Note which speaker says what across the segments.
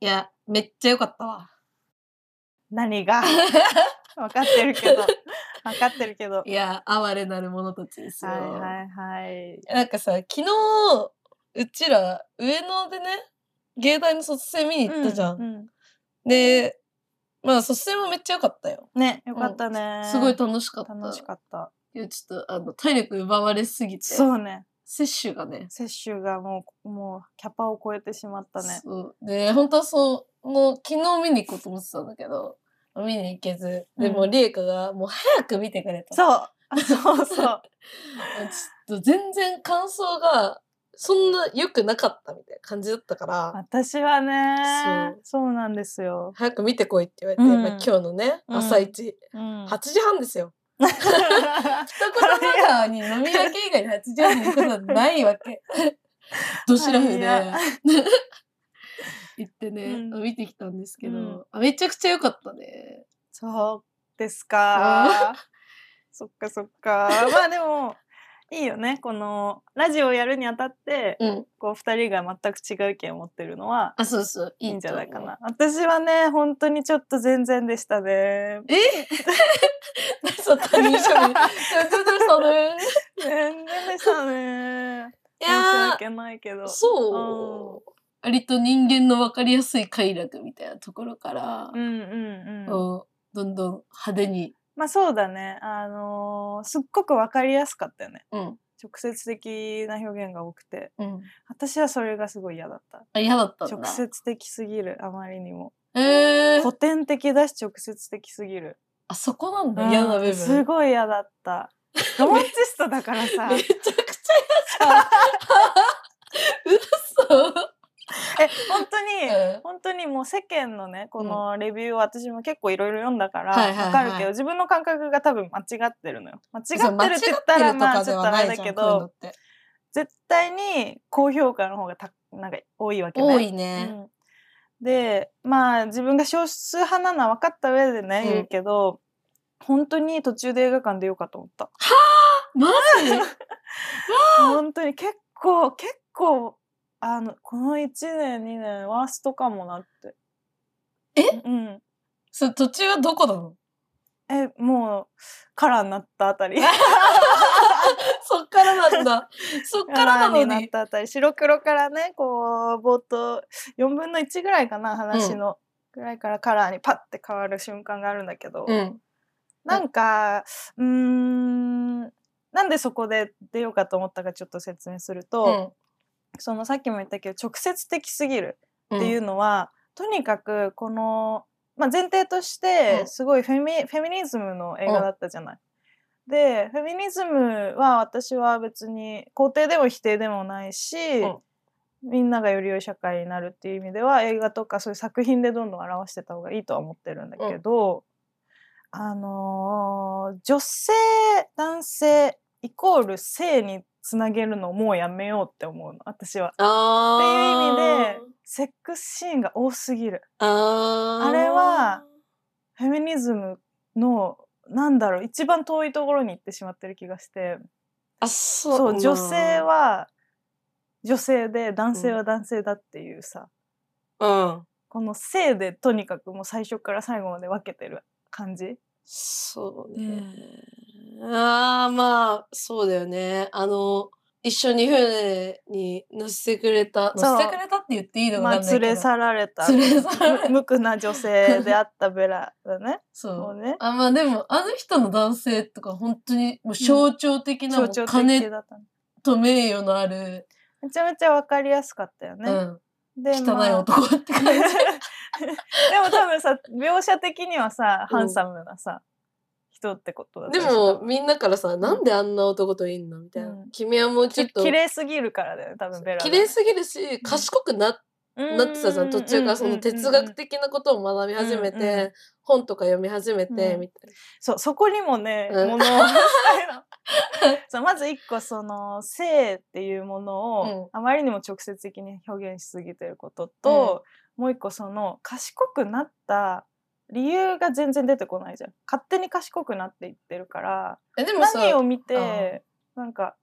Speaker 1: いや、めっちゃ良かったわ。
Speaker 2: 何が分かってるけど分かってるけど
Speaker 1: いや、哀れなる者たちですよ。
Speaker 2: はいはいはい
Speaker 1: なんかさ、昨日、うちら、上野でね、芸大の卒生見に行ったじゃん。
Speaker 2: うんう
Speaker 1: で、まあ、卒生もめっちゃ良かったよ。
Speaker 2: んねよかったね、
Speaker 1: すごい楽しかった。
Speaker 2: 楽しかった
Speaker 1: いや、ちょっと、あの、体力奪われすぎて、
Speaker 2: そうね
Speaker 1: 摂取がね、
Speaker 2: 摂取がもうもうキャパを超えてしまったね
Speaker 1: そう。で、本当はそう、もう昨日見に行こうと思ってたんだけど、見に行けず。でも、
Speaker 2: うん
Speaker 1: りえかが、もう早く見てくれと。
Speaker 2: そうあそうそう
Speaker 1: ちょっと全然感想が、そんな良くなかったみたいな感じだったから、
Speaker 2: 私はねそうなんですよ、
Speaker 1: 早く見てこいって言われて、
Speaker 2: うん
Speaker 1: まあ、今日のね、
Speaker 2: うん
Speaker 1: 朝一、
Speaker 2: うん、
Speaker 1: 8時半ですよ。
Speaker 2: は
Speaker 1: 二言バカに飲み明け以外に8時半に行くことないわ け。どしらふで。 行ってね、
Speaker 2: うん
Speaker 1: 見てきたんですけど、
Speaker 2: うん
Speaker 1: あめちゃくちゃ良かったね。
Speaker 2: そうですか。そっかそっか。まあでも、いいよね。この、ラジオをやるにあたって、
Speaker 1: うん。
Speaker 2: こう、二人が全く違う意見を持ってるのは、
Speaker 1: あ、そうそう。い
Speaker 2: い
Speaker 1: い
Speaker 2: いんじゃないか
Speaker 1: と思う。
Speaker 2: な。私はね、本当にちょっと全然でしたね。
Speaker 1: え そう、他人勝負。ちょっとそのい
Speaker 2: 全然 でしたね。申し
Speaker 1: や
Speaker 2: 訳ないけど
Speaker 1: ー、。そう。割と人間の分かりやすい快楽みたいなところから
Speaker 2: う、んうんうん。
Speaker 1: こうどんどん派手に。
Speaker 2: まあそうだね。あのーすっごくわかりやすかったよね。
Speaker 1: うん。
Speaker 2: 直接的な表現が多くて。
Speaker 1: うん。
Speaker 2: 私はそれがすごい嫌だった。
Speaker 1: あ、嫌だったんだ。
Speaker 2: 直接的すぎる、あまりにも。
Speaker 1: えー
Speaker 2: 古。典的だし直接的すぎる。
Speaker 1: あそこなんだ。嫌な部
Speaker 2: う
Speaker 1: 分。
Speaker 2: んすごい嫌だった。ロマンチストだからさ。
Speaker 1: め
Speaker 2: え
Speaker 1: ちゃくちゃ嫌じゃ ん。嘘。
Speaker 2: 本当に、
Speaker 1: うん
Speaker 2: 本当にもう世間のねこのレビューを私も結構いろいろ読んだから
Speaker 1: はいはいはい
Speaker 2: わかるけど自分の感覚が多分間違ってるのよ。間違って
Speaker 1: そう間
Speaker 2: る
Speaker 1: 違
Speaker 2: って言ったら
Speaker 1: と
Speaker 2: まあ
Speaker 1: か
Speaker 2: ち
Speaker 1: で
Speaker 2: ょっと
Speaker 1: は
Speaker 2: あ
Speaker 1: な
Speaker 2: れ
Speaker 1: い
Speaker 2: だ
Speaker 1: じゃ
Speaker 2: け
Speaker 1: んこういうの
Speaker 2: ど
Speaker 1: って
Speaker 2: 絶対に高評価の方がたなんか多いわけね。
Speaker 1: 多いね。
Speaker 2: うん、でまあ自分が少数派なのは分かった上で
Speaker 1: う
Speaker 2: ね、
Speaker 1: ん
Speaker 2: 言うけど本当に途中で映画館出ようかと思った。
Speaker 1: マジ
Speaker 2: 本当に結構結構あのこの1年2年ワーストかもなって
Speaker 1: え
Speaker 2: うん
Speaker 1: それ途中はどこなの
Speaker 2: えもうカラーになったあたり
Speaker 1: そっからなんだ。そっから
Speaker 2: カラ
Speaker 1: な
Speaker 2: ー
Speaker 1: の
Speaker 2: になっ
Speaker 1: に。
Speaker 2: たあたり白黒からねこう冒頭4分の1ぐらいかな話の、ぐらいからカラーにパッて変わる瞬間があるんだけど、
Speaker 1: うん。
Speaker 2: なんかうーんなんでそこで出ようかと思ったかちょっと説明すると、そのさっきも言ったけど直接的すぎる
Speaker 1: うん
Speaker 2: っていうのは、とにかくこの、まあ、前提とし
Speaker 1: う
Speaker 2: て
Speaker 1: ん
Speaker 2: すごいフェミ、フェミニズムの映画だったじゃない。でフェミニズムは私は別に肯定でも否定でもないし、
Speaker 1: うん
Speaker 2: みんながより良い社会になるっていう意味では映画とかそういう作品でどんどん表してた方がいいとは思ってるんだけど、あのー女性男性イコール性につなげるのをもうやめようって思うの私は。って
Speaker 1: あ
Speaker 2: い
Speaker 1: ー
Speaker 2: う意味でセックスシーンが多すぎる
Speaker 1: あー
Speaker 2: あれはフェミニズムのなんだろう一番遠いところに行ってしまってる気がして
Speaker 1: あそう
Speaker 2: そう
Speaker 1: まあ
Speaker 2: 女性は女性で男性は男性だっていうさ、
Speaker 1: うん
Speaker 2: この性でとにかくもう最初から最後まで分けてる感じ
Speaker 1: そうね、ああまあそうだよねあの一緒に船に乗せてくれた
Speaker 2: そう
Speaker 1: 乗せてくれたって言っていいのか
Speaker 2: まあ
Speaker 1: わかんないけ
Speaker 2: 連
Speaker 1: ど、
Speaker 2: れ去られた
Speaker 1: 連れ去られ
Speaker 2: む無垢な女性であったベラだね
Speaker 1: そう
Speaker 2: もうね
Speaker 1: あまあでもあの人の男性とか本当にもう象徴的な、
Speaker 2: 象
Speaker 1: もう
Speaker 2: 徴
Speaker 1: 金
Speaker 2: 的だったね
Speaker 1: と名誉のある、
Speaker 2: めちゃめちゃ分かりやすかったよね、
Speaker 1: うん、
Speaker 2: で
Speaker 1: 汚
Speaker 2: ま
Speaker 1: い
Speaker 2: あ
Speaker 1: 男って感じ、
Speaker 2: でも多分さ描写的にはさ、
Speaker 1: うん
Speaker 2: ハンサムなさ人ってことだっ た
Speaker 1: で
Speaker 2: し多
Speaker 1: も
Speaker 2: 分
Speaker 1: みんなからさ、なんであんな男といんのみたいな、
Speaker 2: うん
Speaker 1: 君はもうちょっ
Speaker 2: き
Speaker 1: と
Speaker 2: 綺麗すぎるからだよね多分ベラが
Speaker 1: 綺麗すぎるし賢くな,、
Speaker 2: うん
Speaker 1: なってたじゃん途中からその哲学的なことを学び始めて、
Speaker 2: うんうん
Speaker 1: 本とか読み始めて、
Speaker 2: うん
Speaker 1: みたい
Speaker 2: そうそこにもね、
Speaker 1: うん
Speaker 2: ものをしたいのそうまず一個その性っていうものを、あまりにも直接的に表現しすぎてることと、もう一個その賢くなった理由が全然出てこないじゃん勝手に賢くなっていってるから
Speaker 1: なえでもさ
Speaker 2: 何を見てなんか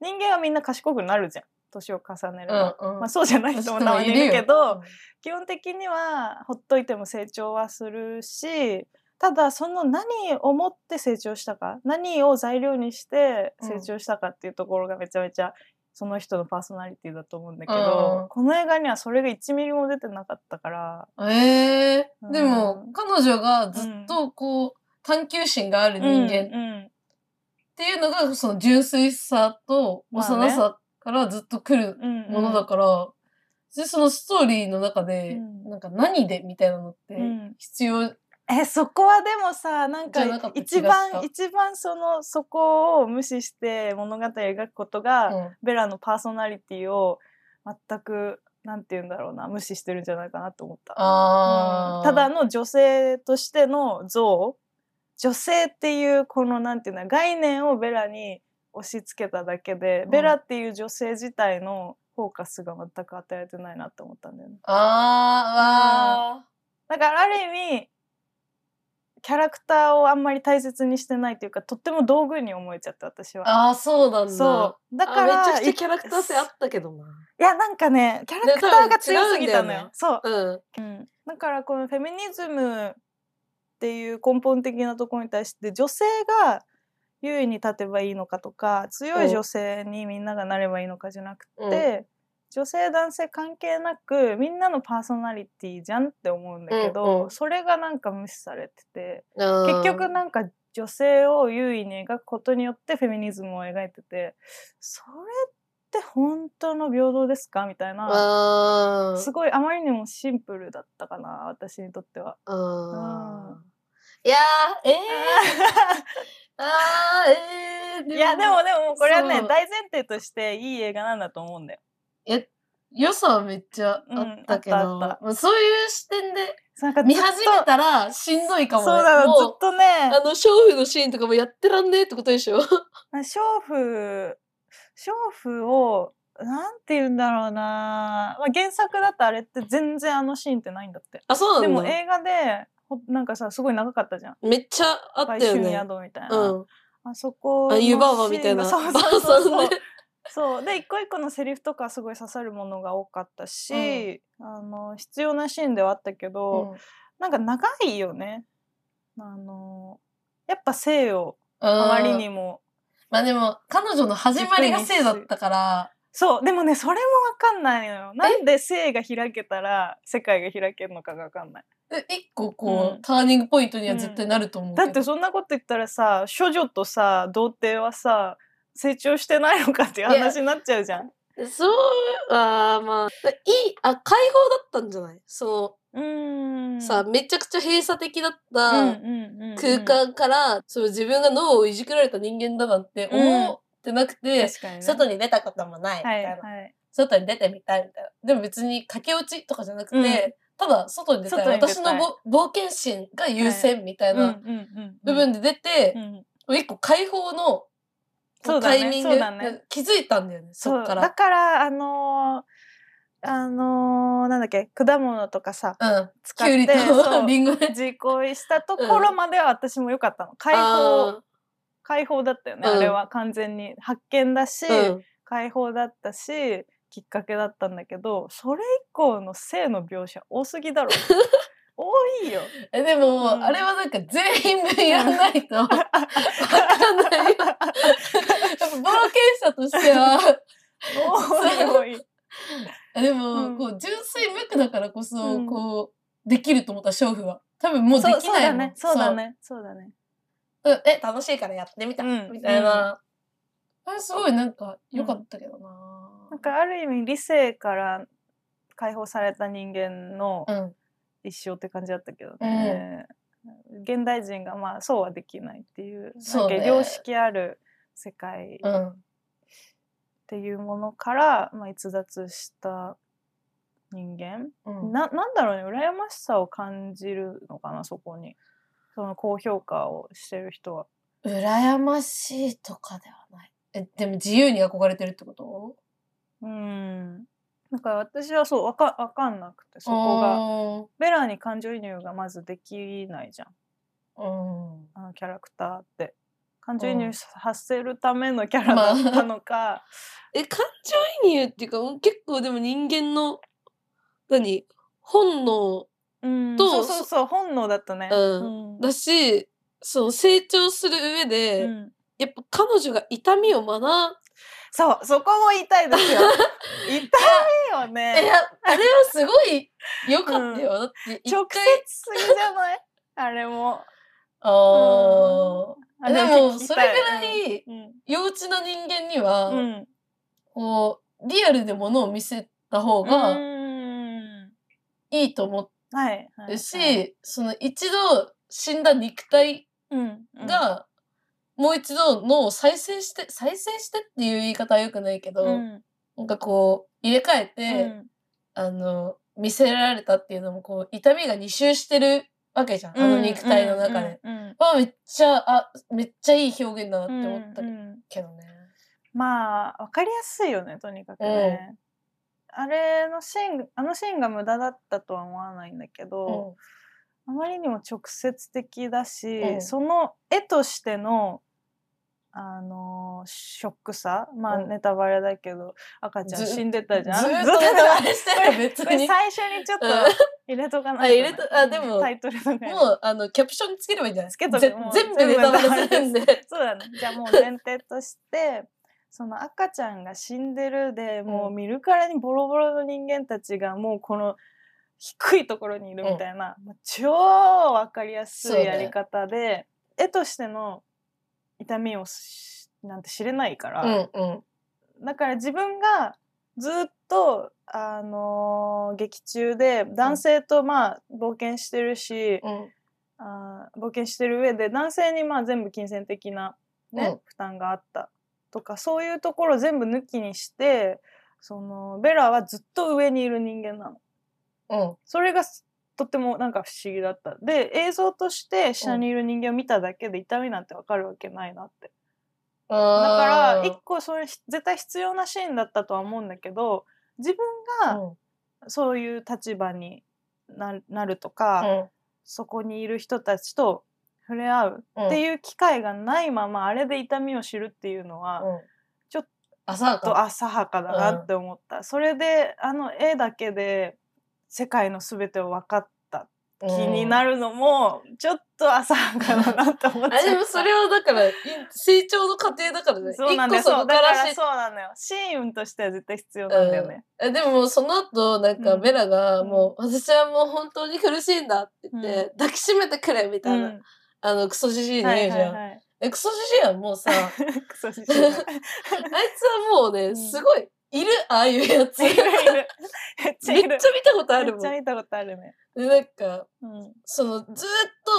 Speaker 2: 人間はみんな賢くなるじゃん年を重ねれ
Speaker 1: う
Speaker 2: ば、
Speaker 1: んうん
Speaker 2: まあ、そうじゃない人もたまにいるけど、基本的にはほっといても成長はするしただその何をもって成長したか何を材料にして成長したかっていうところがめちゃめちゃその人のパーソナリティだと思うんだけど、
Speaker 1: うん
Speaker 2: この映画にはそれが1ミリも出てなかったから
Speaker 1: ええ
Speaker 2: うん
Speaker 1: でも彼女がずっとこう、探求心がある人間っ
Speaker 2: うんうん
Speaker 1: ていうのがその純粋さと
Speaker 2: まあね
Speaker 1: 幼さからずっと来る
Speaker 2: うんうん
Speaker 1: ものだから、でそのストーリーの中で、
Speaker 2: うん
Speaker 1: なんか何でみたいなのって
Speaker 2: うん
Speaker 1: 必要、
Speaker 2: えそこはでもさなんか
Speaker 1: じゃなかった
Speaker 2: 一
Speaker 1: 気がした
Speaker 2: 番一番そのそこを無視して物語を描くことが、
Speaker 1: うん
Speaker 2: ベラのパーソナリティを全くなんて言うんだろうな無視してるんじゃないかなと思った、
Speaker 1: あ
Speaker 2: うん
Speaker 1: ー
Speaker 2: ただの女性としての像女性っていうこのなんていうんだ概念をベラに押し付けただけで、
Speaker 1: うん
Speaker 2: ベラっていう女性自体のフォーカスが全く与えられてないなと思ったんだよね
Speaker 1: あーわー
Speaker 2: だからある意味キャラクターをあんまり大切にしてないというかとっても道具に思えちゃって私は
Speaker 1: あーそうなんだ
Speaker 2: そうだか
Speaker 1: あ
Speaker 2: ら
Speaker 1: めちゃくちゃキャラクター性あったけどな。
Speaker 2: いやなんかねキャラクターが強すぎたのよ
Speaker 1: ね
Speaker 2: そう
Speaker 1: うん。
Speaker 2: うん、だからこのフェミニズムっていう根本的なところに対して女性が優位に立てばいいのかとか強い女性にみんながなればいいのかじゃなくて、女性男性関係なくみんなのパーソナリティじゃんって思うんだけど、
Speaker 1: うんうん
Speaker 2: それがなんか無視されてて
Speaker 1: 結
Speaker 2: 結局なんか女性を優位に描くことによってフェミニズムを描いててそれって本当の平等ですかみたいな。
Speaker 1: あ
Speaker 2: すごいあまりにもシンプルだったかな私にとっては。
Speaker 1: あ
Speaker 2: う
Speaker 1: ー
Speaker 2: ん。
Speaker 1: いやー、えー、あー、えー、
Speaker 2: いやでもでもこれはね
Speaker 1: そう
Speaker 2: 大前提としていい映画なんだと思うんだよ。
Speaker 1: 良さはめっちゃあったけど、
Speaker 2: うんあったあった
Speaker 1: まあそういう視点で
Speaker 2: なんかずっ
Speaker 1: 見
Speaker 2: と
Speaker 1: 始めたらしんどいかも、ね。
Speaker 2: そうなのず
Speaker 1: も
Speaker 2: っとね
Speaker 1: あの、勝負のシーンとかもやってらんねえってことでしょ
Speaker 2: 娼婦娼婦をなんて言うんだろうな、まあ、原作だとあれって全然あのシーンってないんだって。
Speaker 1: あ、そう
Speaker 2: で
Speaker 1: なんだ。
Speaker 2: も映画でほなんかさすごい長かったじゃん。
Speaker 1: めっちゃあったよ
Speaker 2: 売春
Speaker 1: ね。
Speaker 2: 宿みたいな。
Speaker 1: うん。
Speaker 2: あそこ
Speaker 1: あ
Speaker 2: の
Speaker 1: 湯婆婆みたいな
Speaker 2: シーン がそうそうそう
Speaker 1: ば
Speaker 2: そ
Speaker 1: あさ
Speaker 2: うん
Speaker 1: ね
Speaker 2: そうで一個一個のセリフとかすごい刺さるものが多かったし、あの必要なシーンではあったけど、
Speaker 1: うん
Speaker 2: なんか長いよねあのやっぱ性をあまりにも、
Speaker 1: まあでも、彼女の始まりが性だったから、
Speaker 2: そうでもねそれも分かんないのよなんで性が開けたら世界が開けるのかが分かんない
Speaker 1: え一個こう、
Speaker 2: うん
Speaker 1: ターニングポイントには絶対なると思うけ
Speaker 2: だ
Speaker 1: ど、
Speaker 2: ってそんなこと言ったらさ処女とさ童貞はさ成長してないのかっていう話になっちゃうじゃん。
Speaker 1: そうあーまあだいいあ解放だったんじゃないそう
Speaker 2: ー
Speaker 1: の
Speaker 2: ん
Speaker 1: さ、めちゃくちゃ閉鎖的だっ
Speaker 2: うん
Speaker 1: た
Speaker 2: うんうんうん
Speaker 1: 空間から、そう自分が脳をいじくられた人間だなんて思ってなくて、
Speaker 2: 確かにね
Speaker 1: 外に出たこともないみ
Speaker 2: は
Speaker 1: たい
Speaker 2: い
Speaker 1: な、
Speaker 2: はい
Speaker 1: 外に出てみたいみたいなでも別に駆け落ちとかじゃなくて、
Speaker 2: うん
Speaker 1: ただ外に出たい
Speaker 2: 外に出たい
Speaker 1: 私のぼ冒険心が優先みたい
Speaker 2: うん
Speaker 1: な
Speaker 2: うんうんうん
Speaker 1: 部分で出て
Speaker 2: う、ん
Speaker 1: 一個解放の
Speaker 2: そう
Speaker 1: タ
Speaker 2: だね
Speaker 1: イミング、
Speaker 2: そうだね
Speaker 1: 気づいたんだよねそ
Speaker 2: そう
Speaker 1: っか
Speaker 2: だ
Speaker 1: ら。
Speaker 2: からあのーあのーなんだっけ果物とか さ
Speaker 1: うん
Speaker 2: 使
Speaker 1: キ
Speaker 2: っ
Speaker 1: ュウリ
Speaker 2: てそ
Speaker 1: と
Speaker 2: う
Speaker 1: リンゴで。
Speaker 2: 自恋したところまでは私も良かったの解放、
Speaker 1: あ
Speaker 2: 解放だったよね、
Speaker 1: うん
Speaker 2: あれは完全に発見だし、
Speaker 1: ーうん
Speaker 2: 解放だったしきっかけだったんだけどそれ以降の性の描写多 すぎだろ多いよ
Speaker 1: えでも、
Speaker 2: うん
Speaker 1: あれはなんか全員分やらない とわかんないよ。やっぱ冒険者として は
Speaker 2: 多い多い
Speaker 1: でも、
Speaker 2: うん
Speaker 1: こう純粋無垢だからこそ、
Speaker 2: うん
Speaker 1: こうできると思った勝負は多分もうで
Speaker 2: そう
Speaker 1: き
Speaker 2: そう
Speaker 1: ない
Speaker 2: だ
Speaker 1: もん
Speaker 2: ねそうだねそうだね
Speaker 1: そううんえ楽しいからやってみた、
Speaker 2: うん
Speaker 1: みたいな、あれすごいなんか良かったけどな、
Speaker 2: なんかある意味理性から解放された人間の
Speaker 1: うん
Speaker 2: 一生って感じだったけどね、現代人がまあそうはできないっていう
Speaker 1: そうね
Speaker 2: なんか良識ある世界
Speaker 1: う
Speaker 2: っ
Speaker 1: ん
Speaker 2: ていうものから、まあ、逸脱した人間、
Speaker 1: うん
Speaker 2: ななんだろうね羨ましさを感じるのかなそこにその高評価をしてる人は。
Speaker 1: 羨ましいとかではないえでも自由に憧れてるってこと
Speaker 2: うんだから私はそうわかわかんなくてそこが
Speaker 1: こ
Speaker 2: ベラに感情移入がまずできないじゃん。
Speaker 1: がうん
Speaker 2: あのキャラクターって。感情移入させるためのキャラだったのか、
Speaker 1: え、感情移入っていうか、うん結構でも人間の、何本能
Speaker 2: うん、
Speaker 1: と
Speaker 2: そうそうそう本能だったね。
Speaker 1: うん
Speaker 2: うん
Speaker 1: だし、その成長する上で、
Speaker 2: うん
Speaker 1: やっぱ彼女が痛みを学
Speaker 2: そうそこも言いたいですよ。 痛みよ
Speaker 1: えい
Speaker 2: ね。
Speaker 1: や、あれはすごい良かったよ。だって一回、
Speaker 2: 直接すぎじゃないあれも。
Speaker 1: あ
Speaker 2: あ
Speaker 1: でもそれぐら
Speaker 2: い。
Speaker 1: い
Speaker 2: うん
Speaker 1: ー幼稚な人間には、
Speaker 2: うん
Speaker 1: こう、リアルでものを見せた方
Speaker 2: う
Speaker 1: が
Speaker 2: ん
Speaker 1: いいと思
Speaker 2: はいは
Speaker 1: う
Speaker 2: い
Speaker 1: し、
Speaker 2: はい
Speaker 1: その一度死んだ肉体
Speaker 2: うんうん
Speaker 1: が、もう一度脳を再生して、再生してっていう言い方は良くないけど、
Speaker 2: うん
Speaker 1: なんかこう、入れ替えて、
Speaker 2: うん
Speaker 1: あの、見せられたっていうのも、こう、痛みが2周してるわけじゃん。あの肉体の中で。。
Speaker 2: うんうんうん
Speaker 1: あ、めっちゃ、あ、めっちゃいい表現だなって思った
Speaker 2: うんうん
Speaker 1: けどね。
Speaker 2: まあわかりやすいよねとにかくね。あれのシーンあのシーンが無駄だったとは思わないんだけど。
Speaker 1: うん
Speaker 2: あまりにも直接的だし、
Speaker 1: うん
Speaker 2: その絵としての、あのーショックさまあ
Speaker 1: うん
Speaker 2: ネタバレだけど、赤ちゃん
Speaker 1: ず
Speaker 2: 死んでた
Speaker 1: ず
Speaker 2: じゃん
Speaker 1: ーっ とネタバレしてる別
Speaker 2: これ
Speaker 1: に。
Speaker 2: 最初にちょっと
Speaker 1: うん
Speaker 2: 入れとか
Speaker 1: あ
Speaker 2: ない
Speaker 1: 入
Speaker 2: とね
Speaker 1: れとあでも
Speaker 2: タイトルとかに
Speaker 1: もう、あの、キャプションつければいいんじゃない
Speaker 2: つけとく
Speaker 1: ぜ
Speaker 2: もう
Speaker 1: 全部ネタバレするんで。
Speaker 2: そうだねじゃあもう前提としてその赤ちゃんが死んでるでもう見るからにボロボロの人間たちがもうこの低いところにいるみたいな、もう超わかりやすいやり方で、絵としての痛みをしなんて知れないか
Speaker 1: う
Speaker 2: ら、
Speaker 1: んうん。
Speaker 2: だから自分がずっと、あのー劇中で男性とまあ冒険してるし、
Speaker 1: うん。
Speaker 2: あー冒険してる上で男性にまあ全部金銭的な、ね
Speaker 1: うん
Speaker 2: 負担があったとかそういうところを全部抜きにしてそのベラはずっと上にいる人間なの。
Speaker 1: うん。
Speaker 2: それがすとってもなんか不思議だった。で映像として下にいる人間を見ただけで痛みなんてわかるわけないなって。
Speaker 1: だ
Speaker 2: だか
Speaker 1: から
Speaker 2: 一個それひ絶対必要なシーンだったとは思うんだけど自分が
Speaker 1: うん
Speaker 2: そういう立場にななるとか、
Speaker 1: うん
Speaker 2: そこにいる人たちと触れ合う
Speaker 1: うん
Speaker 2: っていう機会がないままあれで痛みを知るっていうのは、
Speaker 1: うん
Speaker 2: ちょっ
Speaker 1: 浅は
Speaker 2: と
Speaker 1: か。
Speaker 2: 浅はかだなって思った、それであの絵だけで世界の全てを分かった気にな
Speaker 1: る。
Speaker 2: るのもちょっと浅はかだなって思っ
Speaker 1: あ、
Speaker 2: ちゃった。
Speaker 1: でもそれはだから、い成長の過程だからね。
Speaker 2: そうなんだよ
Speaker 1: 一個
Speaker 2: そ
Speaker 1: そうこ
Speaker 2: だ
Speaker 1: か
Speaker 2: からら
Speaker 1: し
Speaker 2: そうなんだよシーンとしては絶対必要なんだよね。
Speaker 1: えでもその後なんか
Speaker 2: うん
Speaker 1: ベラがもう、私はもう本当に苦しいんだって言って、抱きしめてくれみたいな、
Speaker 2: うん
Speaker 1: あのクソじじいに
Speaker 2: は
Speaker 1: 言
Speaker 2: いう
Speaker 1: じゃん、
Speaker 2: はいはい。
Speaker 1: えクソじじいはもうさあい
Speaker 2: クソじじ いだ
Speaker 1: つはもうね
Speaker 2: ん
Speaker 1: すごいいるああいうやつめ
Speaker 2: い
Speaker 1: っちゃ
Speaker 2: るいるめっちゃい
Speaker 1: 見
Speaker 2: る。
Speaker 1: たことある
Speaker 2: め
Speaker 1: も
Speaker 2: っ
Speaker 1: ん
Speaker 2: ちゃ
Speaker 1: で
Speaker 2: 見たことあるね。
Speaker 1: なんか
Speaker 2: うん
Speaker 1: そのずーっ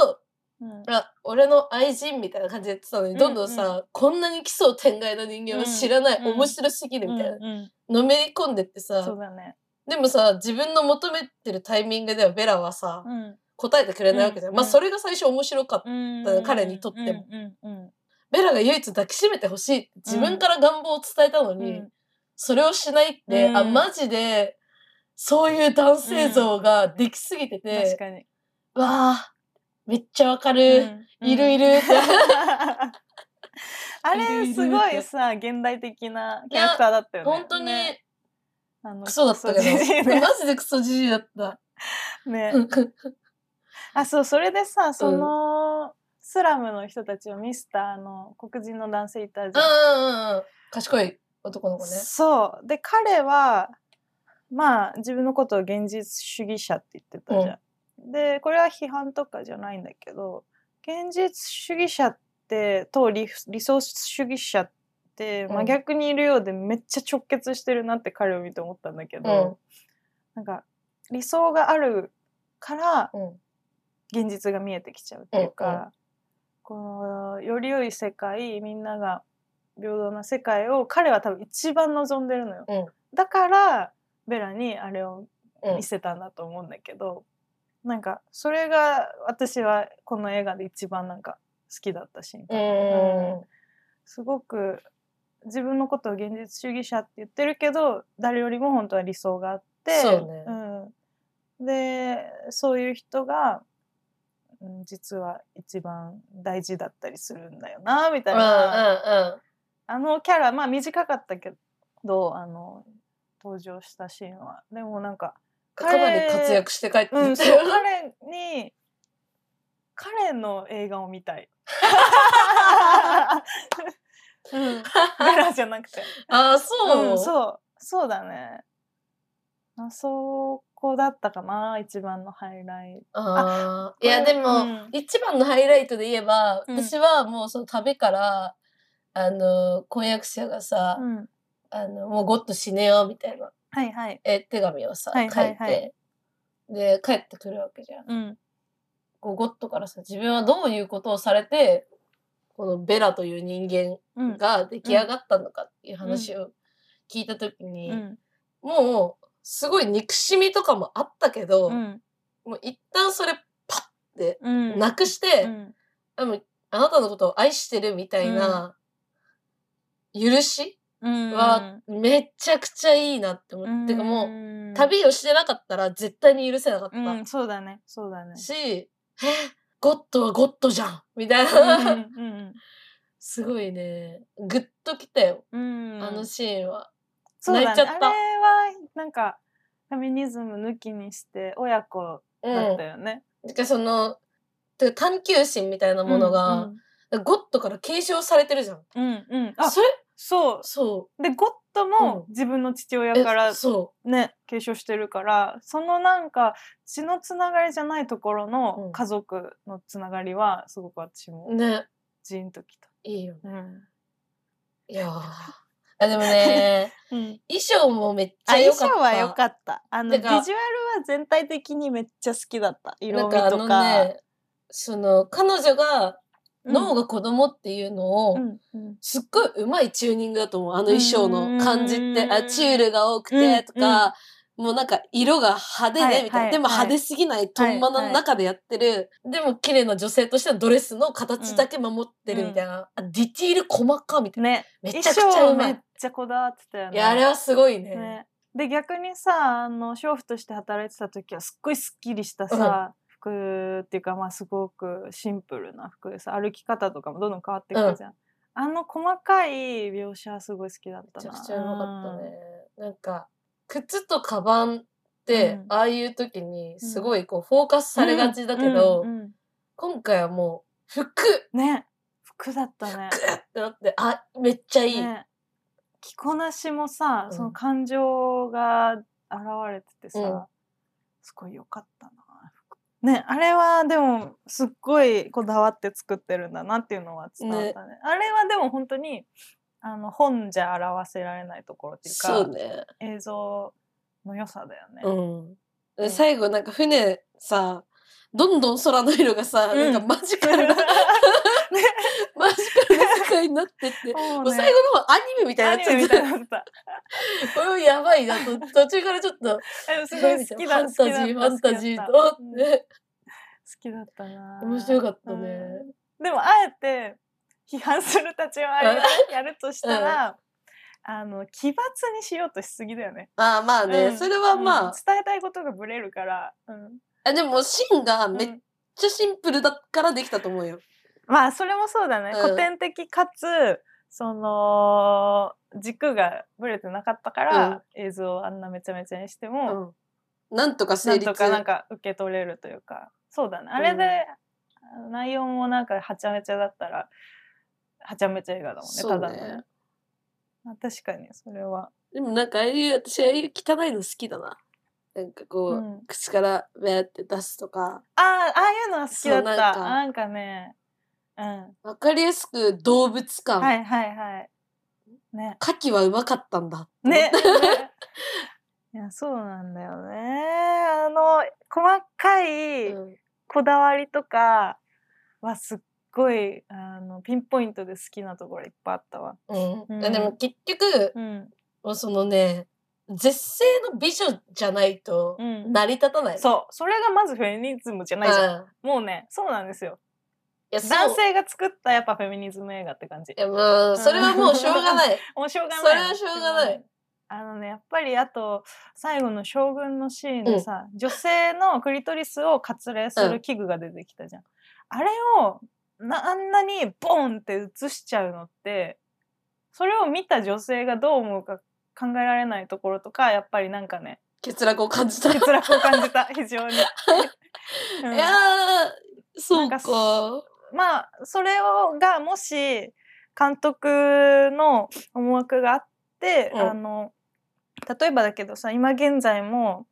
Speaker 1: と
Speaker 2: うん
Speaker 1: あ俺の愛人みたいな感じでやってたのに、どんどんさ、
Speaker 2: うん
Speaker 1: こんなに奇想天外な人間は知らない、
Speaker 2: うん
Speaker 1: 面白すぎるみたいな、
Speaker 2: うんうん
Speaker 1: のめり込んでって
Speaker 2: そう
Speaker 1: さ
Speaker 2: だね。
Speaker 1: でもさ自分の求めてるタイミングではベラはさ、
Speaker 2: うん
Speaker 1: 答えてくれないわけじゃん。
Speaker 2: うん
Speaker 1: まあ
Speaker 2: うん
Speaker 1: それが最初面白かった。
Speaker 2: うん
Speaker 1: 彼にとっても。
Speaker 2: うんうん
Speaker 1: ベラが唯一抱きしめてほしいって自分から願望を伝えたの
Speaker 2: うんう
Speaker 1: に、
Speaker 2: ん
Speaker 1: それをしないって、
Speaker 2: うん
Speaker 1: あ、マジで、そういう男性像ができすぎて
Speaker 2: 確
Speaker 1: て、
Speaker 2: かに。
Speaker 1: わあ、めっちゃわかる。
Speaker 2: うん
Speaker 1: いるいる
Speaker 2: あ
Speaker 1: いるい
Speaker 2: れ
Speaker 1: る
Speaker 2: すごいさ現代的なキャラクターだったよね。
Speaker 1: 本当に
Speaker 2: ねあの
Speaker 1: クソだったけど、
Speaker 2: クソじじいね
Speaker 1: マジでクソじじいだった。
Speaker 2: ね
Speaker 1: うん
Speaker 2: あそうそれでさそのスラムの人たちをミスターの黒人の男性いたじゃん。
Speaker 1: うんうんうん。賢い男の子ね。
Speaker 2: そうで彼はまあ自分のことを現実主義者って言ってたじゃん。でこれは批判とかじゃないんだけど現実主義者ってと理理想主義者って
Speaker 1: う
Speaker 2: 真
Speaker 1: ん
Speaker 2: 逆にいるようでめっちゃ直結してるなって彼を見て思ったんだけど、なんか理想があるから
Speaker 1: うん。
Speaker 2: 現実が見えてきちゃうっていう
Speaker 1: うんう
Speaker 2: か、このより良い世界みんなが平等な世界を彼は多分一番望んでるのよ、
Speaker 1: うん
Speaker 2: だからベラにあれを
Speaker 1: うん
Speaker 2: 見せたんだと思うんだけど、なんかそれが私はこの映画で一番なんか好きだったシーンか
Speaker 1: う
Speaker 2: な、
Speaker 1: ん。
Speaker 2: すごく自分のことを現実主義者って言ってるけど誰よりも本当は理想があって
Speaker 1: そうね
Speaker 2: うん、でそういう人がうん実は一番大事だったりするんだよなみたいな、
Speaker 1: う
Speaker 2: あのキャラまあ短かったけどあの登場したシーンはでもなんか
Speaker 1: んうん。かなり活躍して帰ってき
Speaker 2: うん、
Speaker 1: て
Speaker 2: そう 彼に彼の映画を見たい。 うん、ベラじゃなくて。
Speaker 1: ああ、そう、
Speaker 2: うん、そうそうだね。あそこだったかな一番のハイライト。
Speaker 1: あー
Speaker 2: こ
Speaker 1: い
Speaker 2: れ
Speaker 1: やでも、
Speaker 2: うん
Speaker 1: 一番のハイライトで言えば、
Speaker 2: うん
Speaker 1: 私はもうその旅からあの婚約者がさ、
Speaker 2: うん、
Speaker 1: あのもうゴッと死ねよみたいな
Speaker 2: はいはい。
Speaker 1: え手紙をさ、
Speaker 2: はいはい
Speaker 1: 書い
Speaker 2: はい
Speaker 1: てで帰ってくるわけじゃん。
Speaker 2: うん
Speaker 1: こうゴッドからさ自分はどういうことをされてこのベラという人間
Speaker 2: うん
Speaker 1: が出来上がったのかっていう話を聞いた時に、
Speaker 2: うん
Speaker 1: もうすごい憎しみとかもあったけど、
Speaker 2: うん
Speaker 1: もう一旦それパッて
Speaker 2: うん
Speaker 1: なくして、
Speaker 2: うん
Speaker 1: でもあなたのことを愛してるみたいな許し
Speaker 2: うん
Speaker 1: はめちゃくちゃいいなって思って、てかも
Speaker 2: う
Speaker 1: うん旅をしてなかったら絶対に許せなかった、
Speaker 2: うんそうだねそうだね。
Speaker 1: し、えゴッドはゴッドじゃんみたいな、
Speaker 2: うんうん
Speaker 1: すごいねグッときたよ、
Speaker 2: うんうん
Speaker 1: あのシーンは。
Speaker 2: そうだね
Speaker 1: 泣いちゃった
Speaker 2: あれはなんかフェミニズム抜きにして親子だったよね。
Speaker 1: てかそのてか探求心みたいなものが、ゴッドから継承されてるじゃん。
Speaker 2: うん、うんうんうんあ
Speaker 1: それ
Speaker 2: そ
Speaker 1: そう
Speaker 2: でゴッドも自分の父親
Speaker 1: え
Speaker 2: から
Speaker 1: そ
Speaker 2: ね継承してるからそのなんか血のつながりじゃないところ
Speaker 1: う
Speaker 2: の
Speaker 1: ん
Speaker 2: 家族のつながりはすごく私
Speaker 1: う
Speaker 2: も
Speaker 1: ね
Speaker 2: ジーンときた。
Speaker 1: いいよね
Speaker 2: うん
Speaker 1: いやー あでもね
Speaker 2: うん、
Speaker 1: 衣装もめっち
Speaker 2: あ
Speaker 1: ゃ
Speaker 2: 衣
Speaker 1: 良か
Speaker 2: 装
Speaker 1: った。
Speaker 2: は良かったあのビ
Speaker 1: て
Speaker 2: ジュ
Speaker 1: か
Speaker 2: アルは全体的にめっちゃ好きだった色
Speaker 1: なん
Speaker 2: 味と
Speaker 1: かあ
Speaker 2: か
Speaker 1: のね、その彼女が脳が子供っていうのを、
Speaker 2: うんうん
Speaker 1: すっごい上手いチューニングだと思う。あの衣装の感じって、
Speaker 2: う
Speaker 1: あ、
Speaker 2: ん
Speaker 1: チュールが多くてとか、
Speaker 2: う
Speaker 1: もうなんか色が派手
Speaker 2: は
Speaker 1: で
Speaker 2: い
Speaker 1: みたいな。
Speaker 2: はい
Speaker 1: でも
Speaker 2: はい
Speaker 1: 派手すぎない、トンマナの中でやってる、でも綺麗な女性としてのドレスの形だけ守ってるみたいな。あディティール細かみたいな。
Speaker 2: ね
Speaker 1: めちゃ
Speaker 2: 衣
Speaker 1: くち
Speaker 2: 装
Speaker 1: ゃ
Speaker 2: を
Speaker 1: うま
Speaker 2: め
Speaker 1: い
Speaker 2: っ。ちゃこだわってたよね。
Speaker 1: いや、あれはすごいね。
Speaker 2: ねで逆にさあの娼婦として働いてた時はすっごいすっきりしたさ、服っていうかまあすごくシンプルな服でさ歩き方とかもどんどん変わってくるじゃん。あの細かい描写はすごい好きだっ
Speaker 1: め
Speaker 2: た
Speaker 1: ちゃ
Speaker 2: な。
Speaker 1: くちゃうまかったね。なんか、靴とカバンって、
Speaker 2: うん
Speaker 1: ああいう時にすごいこう、フォーカスされがちだけど、
Speaker 2: うんうんうん
Speaker 1: 今回はもう、服
Speaker 2: ね服だったね。
Speaker 1: ってなって、あ、めっちゃいい。
Speaker 2: ね着こなしもさ
Speaker 1: うん
Speaker 2: その感情が現れててさ、
Speaker 1: うん
Speaker 2: すごい良かったな。ね、あれはでもすっごいこだわって作ってるんだなっていうのは伝わったね。あれはでも本当にあの本じゃ表せられないところっていう
Speaker 1: そう
Speaker 2: か
Speaker 1: ね。
Speaker 2: 映像の良さだよね。
Speaker 1: うん。
Speaker 2: うん
Speaker 1: で最後なんか船さ、どんどん空の色がさ、
Speaker 2: うん
Speaker 1: なんかマジカルな、マジカルな世界にな ってって。
Speaker 2: も
Speaker 1: もう最後の方アニメみた
Speaker 2: ア
Speaker 1: いに
Speaker 2: ニ
Speaker 1: なっ
Speaker 2: メ
Speaker 1: ちゃ
Speaker 2: み
Speaker 1: ったて
Speaker 2: い になった。
Speaker 1: これもやばいなと途中からちょっと
Speaker 2: でもすごい好きだ。
Speaker 1: ファンタジーファンタジー
Speaker 2: 好きだった
Speaker 1: と、ね、
Speaker 2: 好きだったな。
Speaker 1: 面白かったね、
Speaker 2: うんでもあえて批判する立場合を やるとしたら、あの奇抜にしようとしすぎだよね。
Speaker 1: ああまあね、
Speaker 2: うん
Speaker 1: それはまあ、
Speaker 2: うん伝えたいことがブレるから、うん
Speaker 1: あでも芯がめっ
Speaker 2: うん
Speaker 1: ちゃシンプルだからできたと思うよ。
Speaker 2: まあそれもそうだね、
Speaker 1: うん
Speaker 2: 古典的かつその軸がブレてなかったから、映像をあんなめちゃめちゃにしても、
Speaker 1: うん、なんとか
Speaker 2: な
Speaker 1: 成
Speaker 2: ん
Speaker 1: 立
Speaker 2: とかなんか受け取れるというかそうだねあれで、内容もなんかはちゃめちゃだったらはちゃめちゃ映画だもんね
Speaker 1: そうね
Speaker 2: ただのねあ確かにそれは、
Speaker 1: でもなんかああいう私ああいう汚いの好きだな。なんかこう、
Speaker 2: うん
Speaker 1: 口からベーって出すとか
Speaker 2: ああああいうのは好きだった
Speaker 1: そう
Speaker 2: な
Speaker 1: なんん
Speaker 2: か
Speaker 1: か
Speaker 2: ねうん
Speaker 1: わかりやすく動物感、
Speaker 2: はいはいはいね
Speaker 1: 牡蠣はうまかったんだ。
Speaker 2: ねいやそうなんだよねあの細か
Speaker 1: う
Speaker 2: い、
Speaker 1: ん、
Speaker 2: こだわりとかはすっごいあのピンポイントで好きなところいっぱいあったわ。
Speaker 1: うん
Speaker 2: うん
Speaker 1: でも結局、
Speaker 2: うん、
Speaker 1: もうそのね絶世の美女じゃないと
Speaker 2: うん
Speaker 1: 成り立たない。
Speaker 2: そうそれがまずフェミニズムじゃ
Speaker 1: う
Speaker 2: ないじゃん、
Speaker 1: ん
Speaker 2: もうねそうなんですよ
Speaker 1: いや
Speaker 2: 男
Speaker 1: 男性
Speaker 2: 性が作ったやっぱフェミニズム映画って感じ
Speaker 1: いやもうそれはもうしょうがない。
Speaker 2: もうしょうがない
Speaker 1: それはしょうがない
Speaker 2: あのねやっぱりあと最後の将軍のシーンでさ、女性のクリトリスを割礼する器具が出てきたじゃん、あれをなあんなにボンって映しちゃうのってそれを見た女性がどう思うか考えられないところとかやっぱりなんかね
Speaker 1: 欠落を感じた。い
Speaker 2: 欠落を感じた 非常に。うん
Speaker 1: やー、そう
Speaker 2: な
Speaker 1: か。
Speaker 2: んかまあそれをがもし監督の思惑があって、
Speaker 1: うん
Speaker 2: あの例えばだけどさ今現在も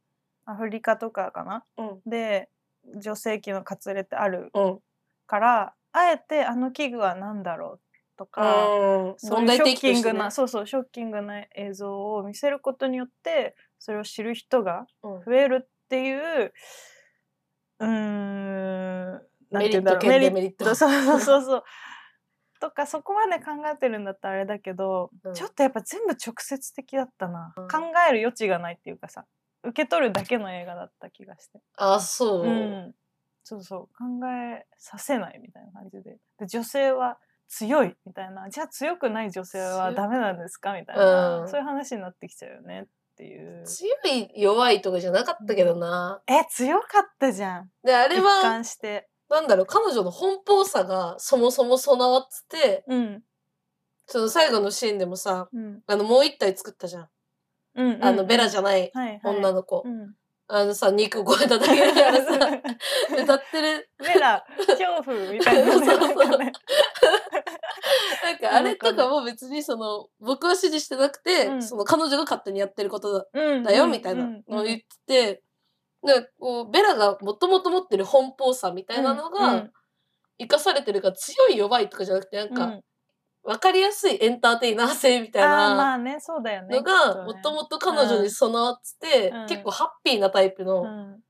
Speaker 2: アフリカとかかな
Speaker 1: うん。
Speaker 2: で女性器の割れってある
Speaker 1: うん。
Speaker 2: からあえてあの器具は何だろうとか。
Speaker 1: うん。
Speaker 2: そう
Speaker 1: 問
Speaker 2: いう
Speaker 1: 題
Speaker 2: ショ
Speaker 1: 的
Speaker 2: ッ
Speaker 1: と
Speaker 2: キン
Speaker 1: し
Speaker 2: グ
Speaker 1: て
Speaker 2: な、
Speaker 1: ね。
Speaker 2: そうそうショッキングな映像を見せることによってそれを知る人が
Speaker 1: うん
Speaker 2: 増えるっていううーんなんて言うんだろう
Speaker 1: メリット兼デメリット
Speaker 2: そうそうそうそう とかそこまで考えてるんだったらあれだけど、
Speaker 1: うん
Speaker 2: ちょっとやっぱ全部直接的だったな、考える余地がないっていうかさ受け取るだけの映画だった気がして。
Speaker 1: あ、そう。
Speaker 2: うん、そうそう考えさせないみたいな感じでで女性は強いみたいなじゃあ強くない女性は
Speaker 1: 強く
Speaker 2: ダメなんですかみたいな、
Speaker 1: うん
Speaker 2: そういう話になってきちゃうよねっていう
Speaker 1: 強い弱いとかじゃなかったけどな。
Speaker 2: え強かったじゃん
Speaker 1: で、あ
Speaker 2: あ
Speaker 1: れは、
Speaker 2: 貫して
Speaker 1: なんだろう、彼女の奔放さがそもそも備わってて、
Speaker 2: うん
Speaker 1: その最後のシーンでもさ、
Speaker 2: うん
Speaker 1: あの、もう一体作ったじゃん。
Speaker 2: うんうん
Speaker 1: あの、ベラじゃない
Speaker 2: はいはい
Speaker 1: 女の子
Speaker 2: う。ん
Speaker 1: あのさ、肉を超えただけみたいな さ、歌ってる。
Speaker 2: ベラ恐怖みたいなねなんかね
Speaker 1: なんかあれとかも別にその、僕は指示してなくて、
Speaker 2: うん
Speaker 1: その彼女が勝手にやってることだ
Speaker 2: うん
Speaker 1: だよみたいなのを言ってて、なんかこう、ベラがもともと持ってる奔放さみたいなの
Speaker 2: うんう
Speaker 1: が
Speaker 2: ん
Speaker 1: 生かされてるから強い弱いとかじゃなくて、なん
Speaker 2: う
Speaker 1: か
Speaker 2: ん
Speaker 1: 分かりやすいエンターテイナー性みたい
Speaker 2: あー
Speaker 1: な
Speaker 2: まあねそうだよね
Speaker 1: のが、もともと彼女に備わってて
Speaker 2: うん、
Speaker 1: 結構ハッピーなタイプの、
Speaker 2: うん、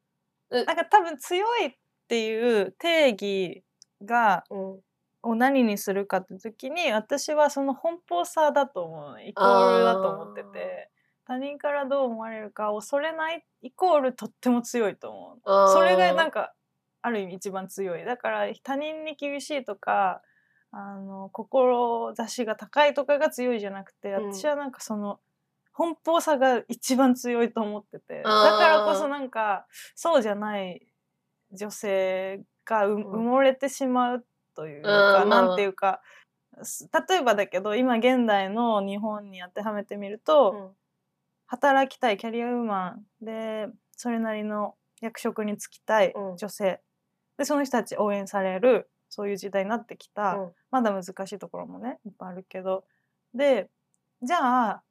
Speaker 2: なんか多分強いっていう定義が
Speaker 1: うん
Speaker 2: を何にするかって時に私はその奔放さだと思うのイコールだと思ってて他人からどう思われるか恐れないイコールとっても強いと思う
Speaker 1: あー
Speaker 2: それがなんかある意味一番強いだから他人に厳しいとかあの志が高いとかが強いじゃなくて
Speaker 1: うん
Speaker 2: 私はなんかその、奔放さが一番強いと思っててだ
Speaker 1: あー
Speaker 2: からこそなんかそうじゃない女性がう埋
Speaker 1: ん
Speaker 2: もれてしまうというか、
Speaker 1: うん
Speaker 2: なんていうかす例えばだけど今現代の日本に当てはめてみると、
Speaker 1: うん
Speaker 2: 働きたいキャリアウーマンでそれなりの役職に就きたい
Speaker 1: うん
Speaker 2: 女性、でその人たち応援されるそういう時代になってきた、
Speaker 1: うん
Speaker 2: まだ難しいところもねいっぱいあるけどでじゃあ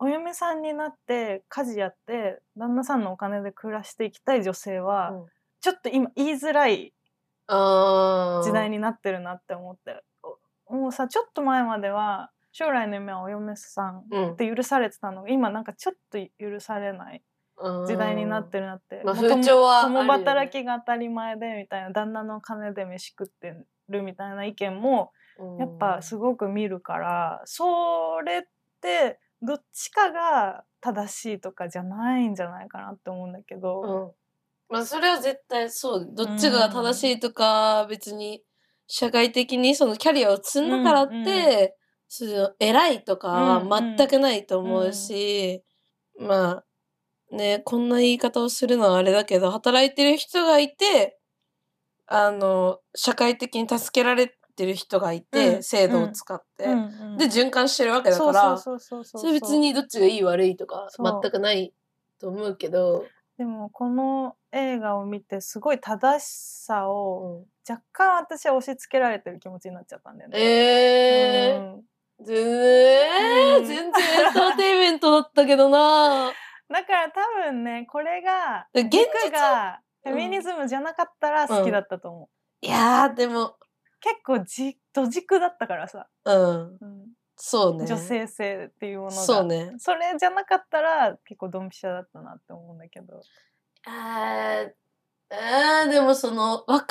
Speaker 2: お嫁さんになって家事やって旦那さんのお金で暮らしていきたい女性は、
Speaker 1: うん
Speaker 2: ちょっと今言いづらい
Speaker 1: あー
Speaker 2: 時代になってるなって思って、おもうさちょっと前までは将来の夢はお嫁さん
Speaker 1: うん
Speaker 2: って許されてたのが今なんかちょっと許されない時代になってるなって、
Speaker 1: まあ
Speaker 2: もうとも
Speaker 1: 風潮はあるよね
Speaker 2: 共働きが当たり前でみたいな旦那の金で飯食ってるみたいな意見も
Speaker 1: うん
Speaker 2: やっぱすごく見るから、それってどっちかが正しいとかじゃないんじゃないかなって思うんだけど。
Speaker 1: うんまあそれは絶対そうどっちが正しいとか、別に社会的にそのキャリアを積んだからって、
Speaker 2: うん
Speaker 1: その偉いとか
Speaker 2: う
Speaker 1: は
Speaker 2: んうん
Speaker 1: 全くないと思うし、まあねこんな言い方をするのはあれだけど働いてる人がいてあの社会的に助けられてる人がいて、
Speaker 2: うん
Speaker 1: 制度を使って、
Speaker 2: うんうん
Speaker 1: で循環してるわけだから。
Speaker 2: そうそうそうそうそう
Speaker 1: それ別にどっちがいい悪いとか
Speaker 2: そう
Speaker 1: 全くないと思うけど、
Speaker 2: でもこの映画を見てすごい正しさを
Speaker 1: うん
Speaker 2: 若干私は押し付けられてる気持ちになっちゃったんだよね。
Speaker 1: えー
Speaker 2: うん
Speaker 1: 全然
Speaker 2: うん
Speaker 1: 全然エンターテインメントだったけどな
Speaker 2: だから多分ねこれが
Speaker 1: で現実
Speaker 2: 僕がフェミニズムじゃなかったら好きだったと思う。
Speaker 1: いやーでも
Speaker 2: 結構じ土軸だったからさ、
Speaker 1: うん
Speaker 2: うん
Speaker 1: そうね
Speaker 2: 女性性っていうものが
Speaker 1: そうね
Speaker 2: それじゃなかったら結構ドンピシャだったなって思うんだけど、
Speaker 1: あーあーでもその分か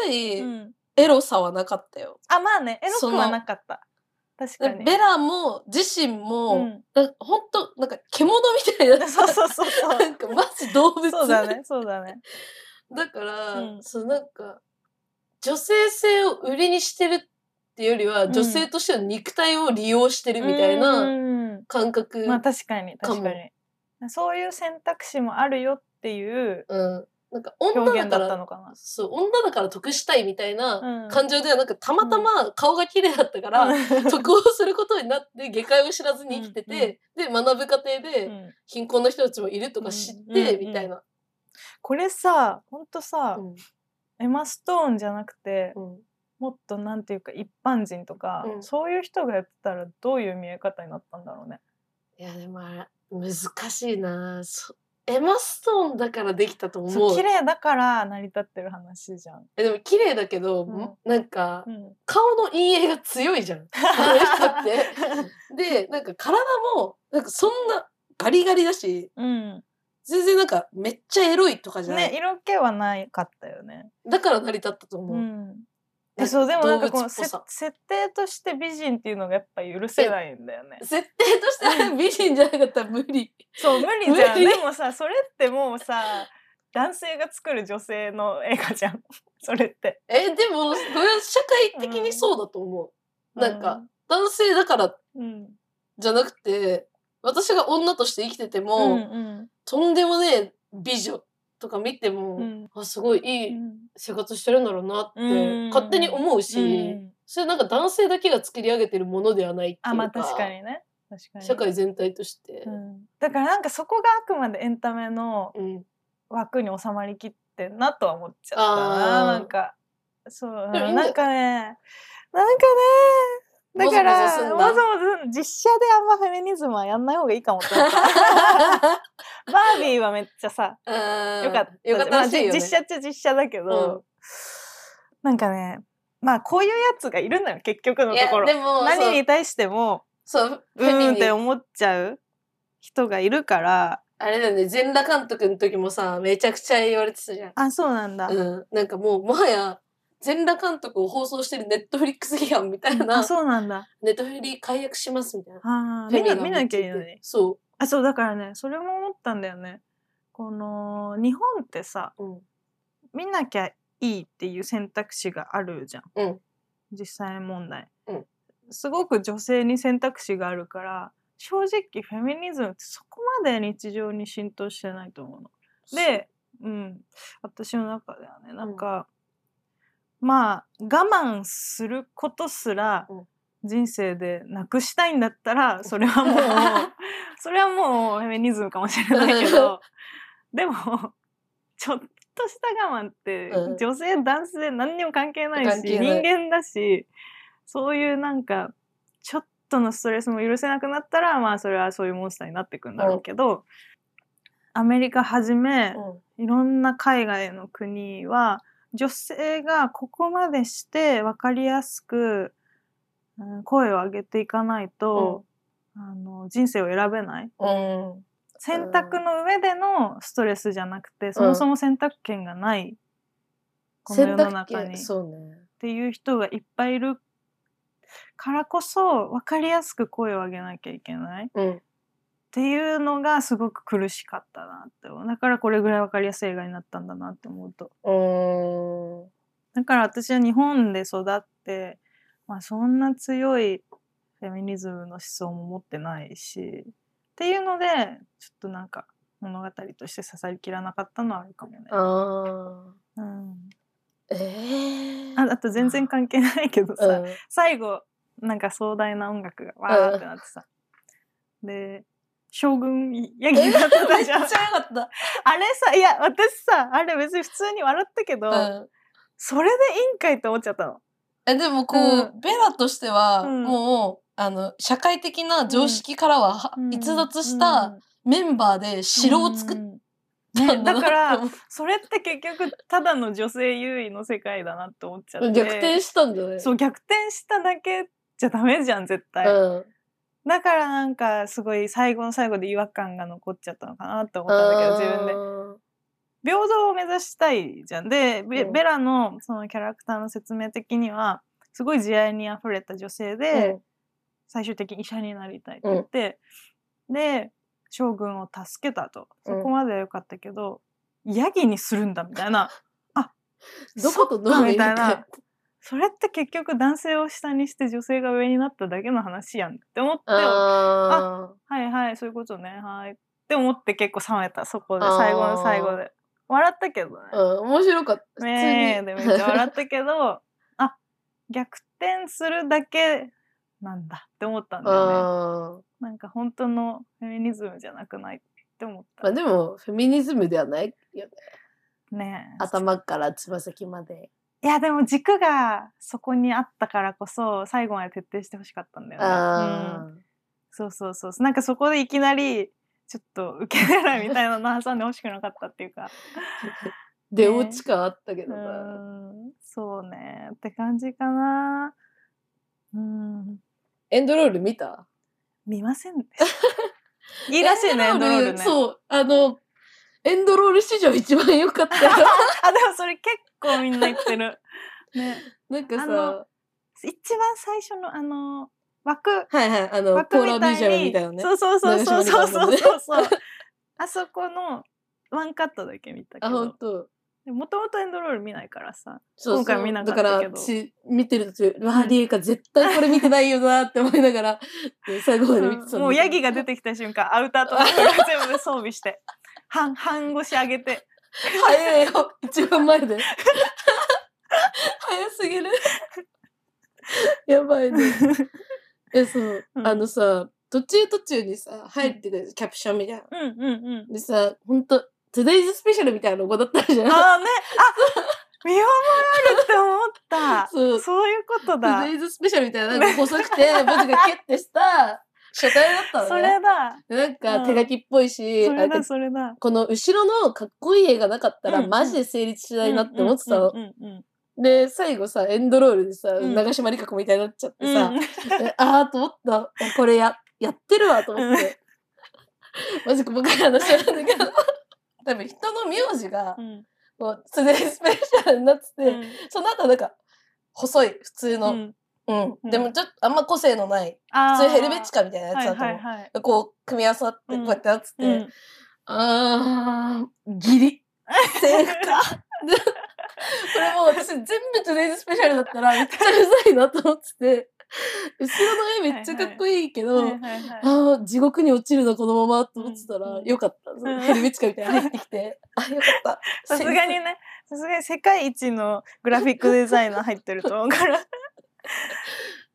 Speaker 1: りやす
Speaker 2: う
Speaker 1: い
Speaker 2: ん、
Speaker 1: エロさはなかったよ、
Speaker 2: あまあねエロ
Speaker 1: そ
Speaker 2: く
Speaker 1: の
Speaker 2: はなかった確
Speaker 1: で
Speaker 2: かに
Speaker 1: ベラも自身も、
Speaker 2: うん
Speaker 1: なん、ほんとなんか獣みたいな
Speaker 2: そうそう そうそう
Speaker 1: なんかマジ動物
Speaker 2: そうだねそうだね
Speaker 1: だから、
Speaker 2: うん
Speaker 1: そのなんか女性性を売りにしてるっていうよりは、
Speaker 2: うん
Speaker 1: 女性としての肉体を利用してるみたいな
Speaker 2: うん
Speaker 1: 感覚、
Speaker 2: まあ確かに
Speaker 1: かも
Speaker 2: 確かにそういう選択肢もあるよっていう
Speaker 1: うん、なんか女
Speaker 2: 表
Speaker 1: だ
Speaker 2: 現
Speaker 1: か
Speaker 2: だった
Speaker 1: ら
Speaker 2: のかな。
Speaker 1: そう女だから得したいみたいな
Speaker 2: うん
Speaker 1: 感情ではなくたまたま顔が綺麗だったから、得をすることになって下界を知らずに生きてて、で学ぶ過程
Speaker 2: う
Speaker 1: で
Speaker 2: ん
Speaker 1: 貧困の人たちもいるとか知って、
Speaker 2: うんうん
Speaker 1: みたいな。
Speaker 2: これさ、ほんとさ、
Speaker 1: うん
Speaker 2: エマ・ストーンじゃなくて、
Speaker 1: うん
Speaker 2: もっとなんていうか一般人とか、
Speaker 1: うん
Speaker 2: そういう人がやってたらどういう見え方になったんだろうね。
Speaker 1: いやでもあれ難しいなそエマ・ストーンだからできたと
Speaker 2: そ
Speaker 1: 思
Speaker 2: う
Speaker 1: う
Speaker 2: 綺麗だから成り立ってる話じゃん。
Speaker 1: えでも綺麗だけど、
Speaker 2: うん
Speaker 1: なんか
Speaker 2: うん、
Speaker 1: 顔の陰影が強 いじゃんあの人ってでなんか体もなんかそんなガリガリだし
Speaker 2: うん、
Speaker 1: 全然なんかめっちゃエロいとかじゃない、
Speaker 2: ね色気はないかったよね。
Speaker 1: だから成り立ったと思う、
Speaker 2: うん、
Speaker 1: なん
Speaker 2: え
Speaker 1: か
Speaker 2: そうでもなんかこ
Speaker 1: 動物
Speaker 2: の
Speaker 1: っ
Speaker 2: せ
Speaker 1: ぽさ
Speaker 2: 設定として美人っていうのがやっぱ許せないんだよね。
Speaker 1: 設定として美人じゃなかったら無理
Speaker 2: そう無理じゃん。
Speaker 1: 無理
Speaker 2: でもさそれってもうさ男性が作る女性の映画じゃん。 それって。
Speaker 1: えでもこれは社会的にそうだと思う、なんか男性だから
Speaker 2: うん、
Speaker 1: じゃなくて私が女として生きてて
Speaker 2: う
Speaker 1: も、
Speaker 2: んうん
Speaker 1: とんでもねえ美女とか見ても、
Speaker 2: うん
Speaker 1: あすごいういい
Speaker 2: ん
Speaker 1: 生活してるんだろうなっ
Speaker 2: うん
Speaker 1: て勝手に思うし、
Speaker 2: うん
Speaker 1: それなんか男性だけが作り上げてるものではないっていうか
Speaker 2: あまあ確かにね確かに
Speaker 1: 社会全体として
Speaker 2: う、ん、だからなんかそこがあくまでエンタメの
Speaker 1: うん
Speaker 2: 枠に収まりきってんなとは思っちゃった
Speaker 1: あ
Speaker 2: な
Speaker 1: ー
Speaker 2: なんかそううん
Speaker 1: でもいいんだよ
Speaker 2: なんかねなんかねだから
Speaker 1: もぞもぞすんだ
Speaker 2: もぞもぞ実写であんまフェミニズムはやんない方がいいかもって思った バービーはめっちゃさ
Speaker 1: うん
Speaker 2: よかった
Speaker 1: よかったらしいよ、ね
Speaker 2: まあじ実写っちゃ実写だけど、なんかねまあこういうやつがいるのよ結局の
Speaker 1: い
Speaker 2: とこ
Speaker 1: や
Speaker 2: ろ
Speaker 1: でも
Speaker 2: 何に対しても
Speaker 1: そうそう
Speaker 2: う
Speaker 1: フェミ
Speaker 2: ーん
Speaker 1: ニ
Speaker 2: って思っちゃう人がいるから
Speaker 1: あれだよね全裸監督の時もさめちゃくちゃ言われてたじゃん、
Speaker 2: あそうなんだ、
Speaker 1: うん、なんかもうもはや全裸監督を放送してるネットフリックス批判みたい
Speaker 2: あ
Speaker 1: な
Speaker 2: そうなんだ
Speaker 1: ネットフリ解約しますみたいな
Speaker 2: あー
Speaker 1: フェ
Speaker 2: 見
Speaker 1: ミ
Speaker 2: な
Speaker 1: が
Speaker 2: 見なきゃいいのに
Speaker 1: そ
Speaker 2: あそうだからねそれも思ったんだよねこの日本ってさ
Speaker 1: う、うん、
Speaker 2: 見なきゃいいっていう選択肢があるじゃん、
Speaker 1: うん
Speaker 2: 実際問題、
Speaker 1: うん
Speaker 2: すごく女性に選択肢があるから正直フェミニズムってそこまで日常に浸透してないと思うので、うん、私の中ではねなんか、まあ我慢することすら
Speaker 1: うん
Speaker 2: 人生でなくしたいんだったらそれはも うそれはもうフェミニズムかもしれないけどでもちょっとした我慢って、
Speaker 1: うん
Speaker 2: 女性男性何にも関係ないし
Speaker 1: 関係ない
Speaker 2: 人間だしそういうなんかちょっとのストレスも許せなくなったらまあそれはそういうモンスターになってくんだろうけど、アメリカはじめ、いろんな海外の国は女性がここまでして分かりやすく、うん声を上げていかないと、あの人生を選べない
Speaker 1: うん、うん、
Speaker 2: 選択の上でのストレスじゃなくて、そもそも選択権がないこの世の中にっ
Speaker 1: そうね
Speaker 2: ていう人がいっぱいいるからこそ分かりやすく声を上げなきゃいけないっ
Speaker 1: うん
Speaker 2: ていうのがすごく苦しかったなって思うだからこれぐらい分かりやすい映画になったんだなって思うと
Speaker 1: うん
Speaker 2: だから私は日本で育って、まあ、そんな強いフェミニズムの思想も持ってないしっていうのでちょっとなんか物語として刺さりきらなかったのはあるかもね。
Speaker 1: あ
Speaker 2: うん、
Speaker 1: ーええ
Speaker 2: ああと全然関係ないけどさ、
Speaker 1: うん
Speaker 2: 最後なんか壮大な音楽がわーってなってさ、で将軍ヤギになってた
Speaker 1: めっ
Speaker 2: じ
Speaker 1: ち
Speaker 2: ゃ
Speaker 1: ゃ
Speaker 2: ん
Speaker 1: 良かっ
Speaker 2: あれさいや私さあれ別に普通に笑ったけど、
Speaker 1: た、うん、
Speaker 2: それでいいんかいって思っちゃったの。
Speaker 1: えでもこう、
Speaker 2: うん
Speaker 1: ベラとしては、
Speaker 2: うん
Speaker 1: もうあの社会的な常識からはは
Speaker 2: うん
Speaker 1: 逸脱したメンバーで城を作っ
Speaker 2: うん
Speaker 1: た
Speaker 2: ね
Speaker 1: んだ
Speaker 2: だ
Speaker 1: な
Speaker 2: から
Speaker 1: と思っ
Speaker 2: それって結局ただの女性優位の世界だなって思っちゃってて
Speaker 1: 逆転したんだね
Speaker 2: そう逆転しただけじゃダメじゃん絶対、
Speaker 1: うん
Speaker 2: だからなんかすごい最後の最後で違和感が残っちゃったのかなって思ったんだけど自分で平等を目指したいじゃんでベ,、
Speaker 1: うん
Speaker 2: ベラのそのキャラクターの説明的にはすごい慈愛にあふれた女性で、
Speaker 1: で
Speaker 2: 最終的に医者になりたいって言って、で将軍を助けたとそ
Speaker 1: うん
Speaker 2: こまでは良かったけど、ヤギにするんだみたいなあ
Speaker 1: どことどう
Speaker 2: そっか
Speaker 1: の
Speaker 2: みた
Speaker 1: 入
Speaker 2: い
Speaker 1: れ替
Speaker 2: なそれって結局男性を下にして女性が上になっただけの話やんって思っては
Speaker 1: あ
Speaker 2: いはいそういうことねはいって思って結構冷めたそこで最後の最後で笑ったけどね。
Speaker 1: うん、面白かった。
Speaker 2: ねえでめっちゃ笑
Speaker 1: っ
Speaker 2: ったけ どあ逆転するだけなんだって思ったん
Speaker 1: た
Speaker 2: だよね。
Speaker 1: あー
Speaker 2: なんか本当のフェミニズムじゃなくないって思っ
Speaker 1: ま
Speaker 2: た。
Speaker 1: あでも、フェミニズムではないよね。
Speaker 2: ねえ
Speaker 1: 頭からつま先まで。
Speaker 2: いやでも軸がそこにあったからこそ最後まで徹底してほしかったんだよね。うん
Speaker 1: あ
Speaker 2: そうそうそうなんかそこでいきなりちょっと受け狙いみたいなの挟んでほしくなかったっていうか
Speaker 1: ー出落ち感あったけ
Speaker 2: う
Speaker 1: どな。
Speaker 2: んそうねって感じかなうん
Speaker 1: エンドロール見た
Speaker 2: 見ませんでしたいいらしい ねエンドロールね
Speaker 1: そう、あの、エンドロール史上一番良か ったよ。
Speaker 2: あでもそれ結構みんな言って るね
Speaker 1: なんか
Speaker 2: あの
Speaker 1: さ、
Speaker 2: 一番最初のあの枠
Speaker 1: はいはい、あの、
Speaker 2: 枠
Speaker 1: コ
Speaker 2: み
Speaker 1: ーラビジュア
Speaker 2: た
Speaker 1: ル
Speaker 2: いに
Speaker 1: みたいなね。
Speaker 2: そうそうそうそうそうそうそうそうあそこのワンカットだけ見たけ
Speaker 1: あ、ほん
Speaker 2: ど
Speaker 1: と。
Speaker 2: もともとエンドロール見ないからさ
Speaker 1: そう
Speaker 2: 今回
Speaker 1: そう
Speaker 2: 見なかったけど
Speaker 1: だから私見てる途中「うわあリエカ絶対これ見てないよな」って思いながらで最後まで見てたんだけ
Speaker 2: うん
Speaker 1: ど
Speaker 2: もうヤギが出てきた瞬間アウターとか全部装備 して半半腰上げて
Speaker 1: 早いよ一番前で早すぎるやばいねえそう、
Speaker 2: うん
Speaker 1: あのさ途中途中にさ入ってくるキャプションみたいな
Speaker 2: うんうんうん
Speaker 1: でさほんと「Today's Special」みたいなの語だったじゃん
Speaker 2: ああねあ見守られて思った
Speaker 1: そう
Speaker 2: そういうことだ
Speaker 1: Today's Special みたいななんか細くて文字がキュッてした書体だった
Speaker 2: そ
Speaker 1: のね
Speaker 2: れだ
Speaker 1: でなん
Speaker 2: う
Speaker 1: か
Speaker 2: ん
Speaker 1: 手書きっぽいし、
Speaker 2: それ
Speaker 1: あ
Speaker 2: だそれだ
Speaker 1: この後ろのかっこいい絵がなかったら、
Speaker 2: うんうん
Speaker 1: マジで成立しないなって思ってたの。
Speaker 2: うんうんうんうん
Speaker 1: で、最後さ、エンドロールでさ、
Speaker 2: うん
Speaker 1: 長島理香子みたいになっちゃって
Speaker 2: うん
Speaker 1: さ、であーと思った。これや、やってるわと思って。マジか僕らの話なんだけど。多分人の名字が
Speaker 2: う、ん
Speaker 1: こう、常にスペシャルになってて、その後なんか、細い、普通
Speaker 2: う
Speaker 1: の。うん。
Speaker 2: んうん
Speaker 1: でもちょっと、あんま個性のない、
Speaker 2: あー
Speaker 1: 普通ヘルベチカみたいなやつだと思う。
Speaker 2: はいはいはい
Speaker 1: こう、組み合わさって、こうやってなってて、
Speaker 2: うん
Speaker 1: あー、ギリ。セーフか。でこれもう私全部トゥデイズスペシャルだったらめっちゃうざいなと思ってて、後ろの絵めっちゃかっこいいけど、
Speaker 2: はいはいはい
Speaker 1: ああ、地獄に落ちるな、このままと思ってた
Speaker 2: うん
Speaker 1: ら
Speaker 2: う、ん
Speaker 1: よかった。その
Speaker 2: うん
Speaker 1: ヘルベチカみたいに入ってき て、あ、よかった。
Speaker 2: さすがにねさすがに世界一のグラフィックデザイナー入ってると思うから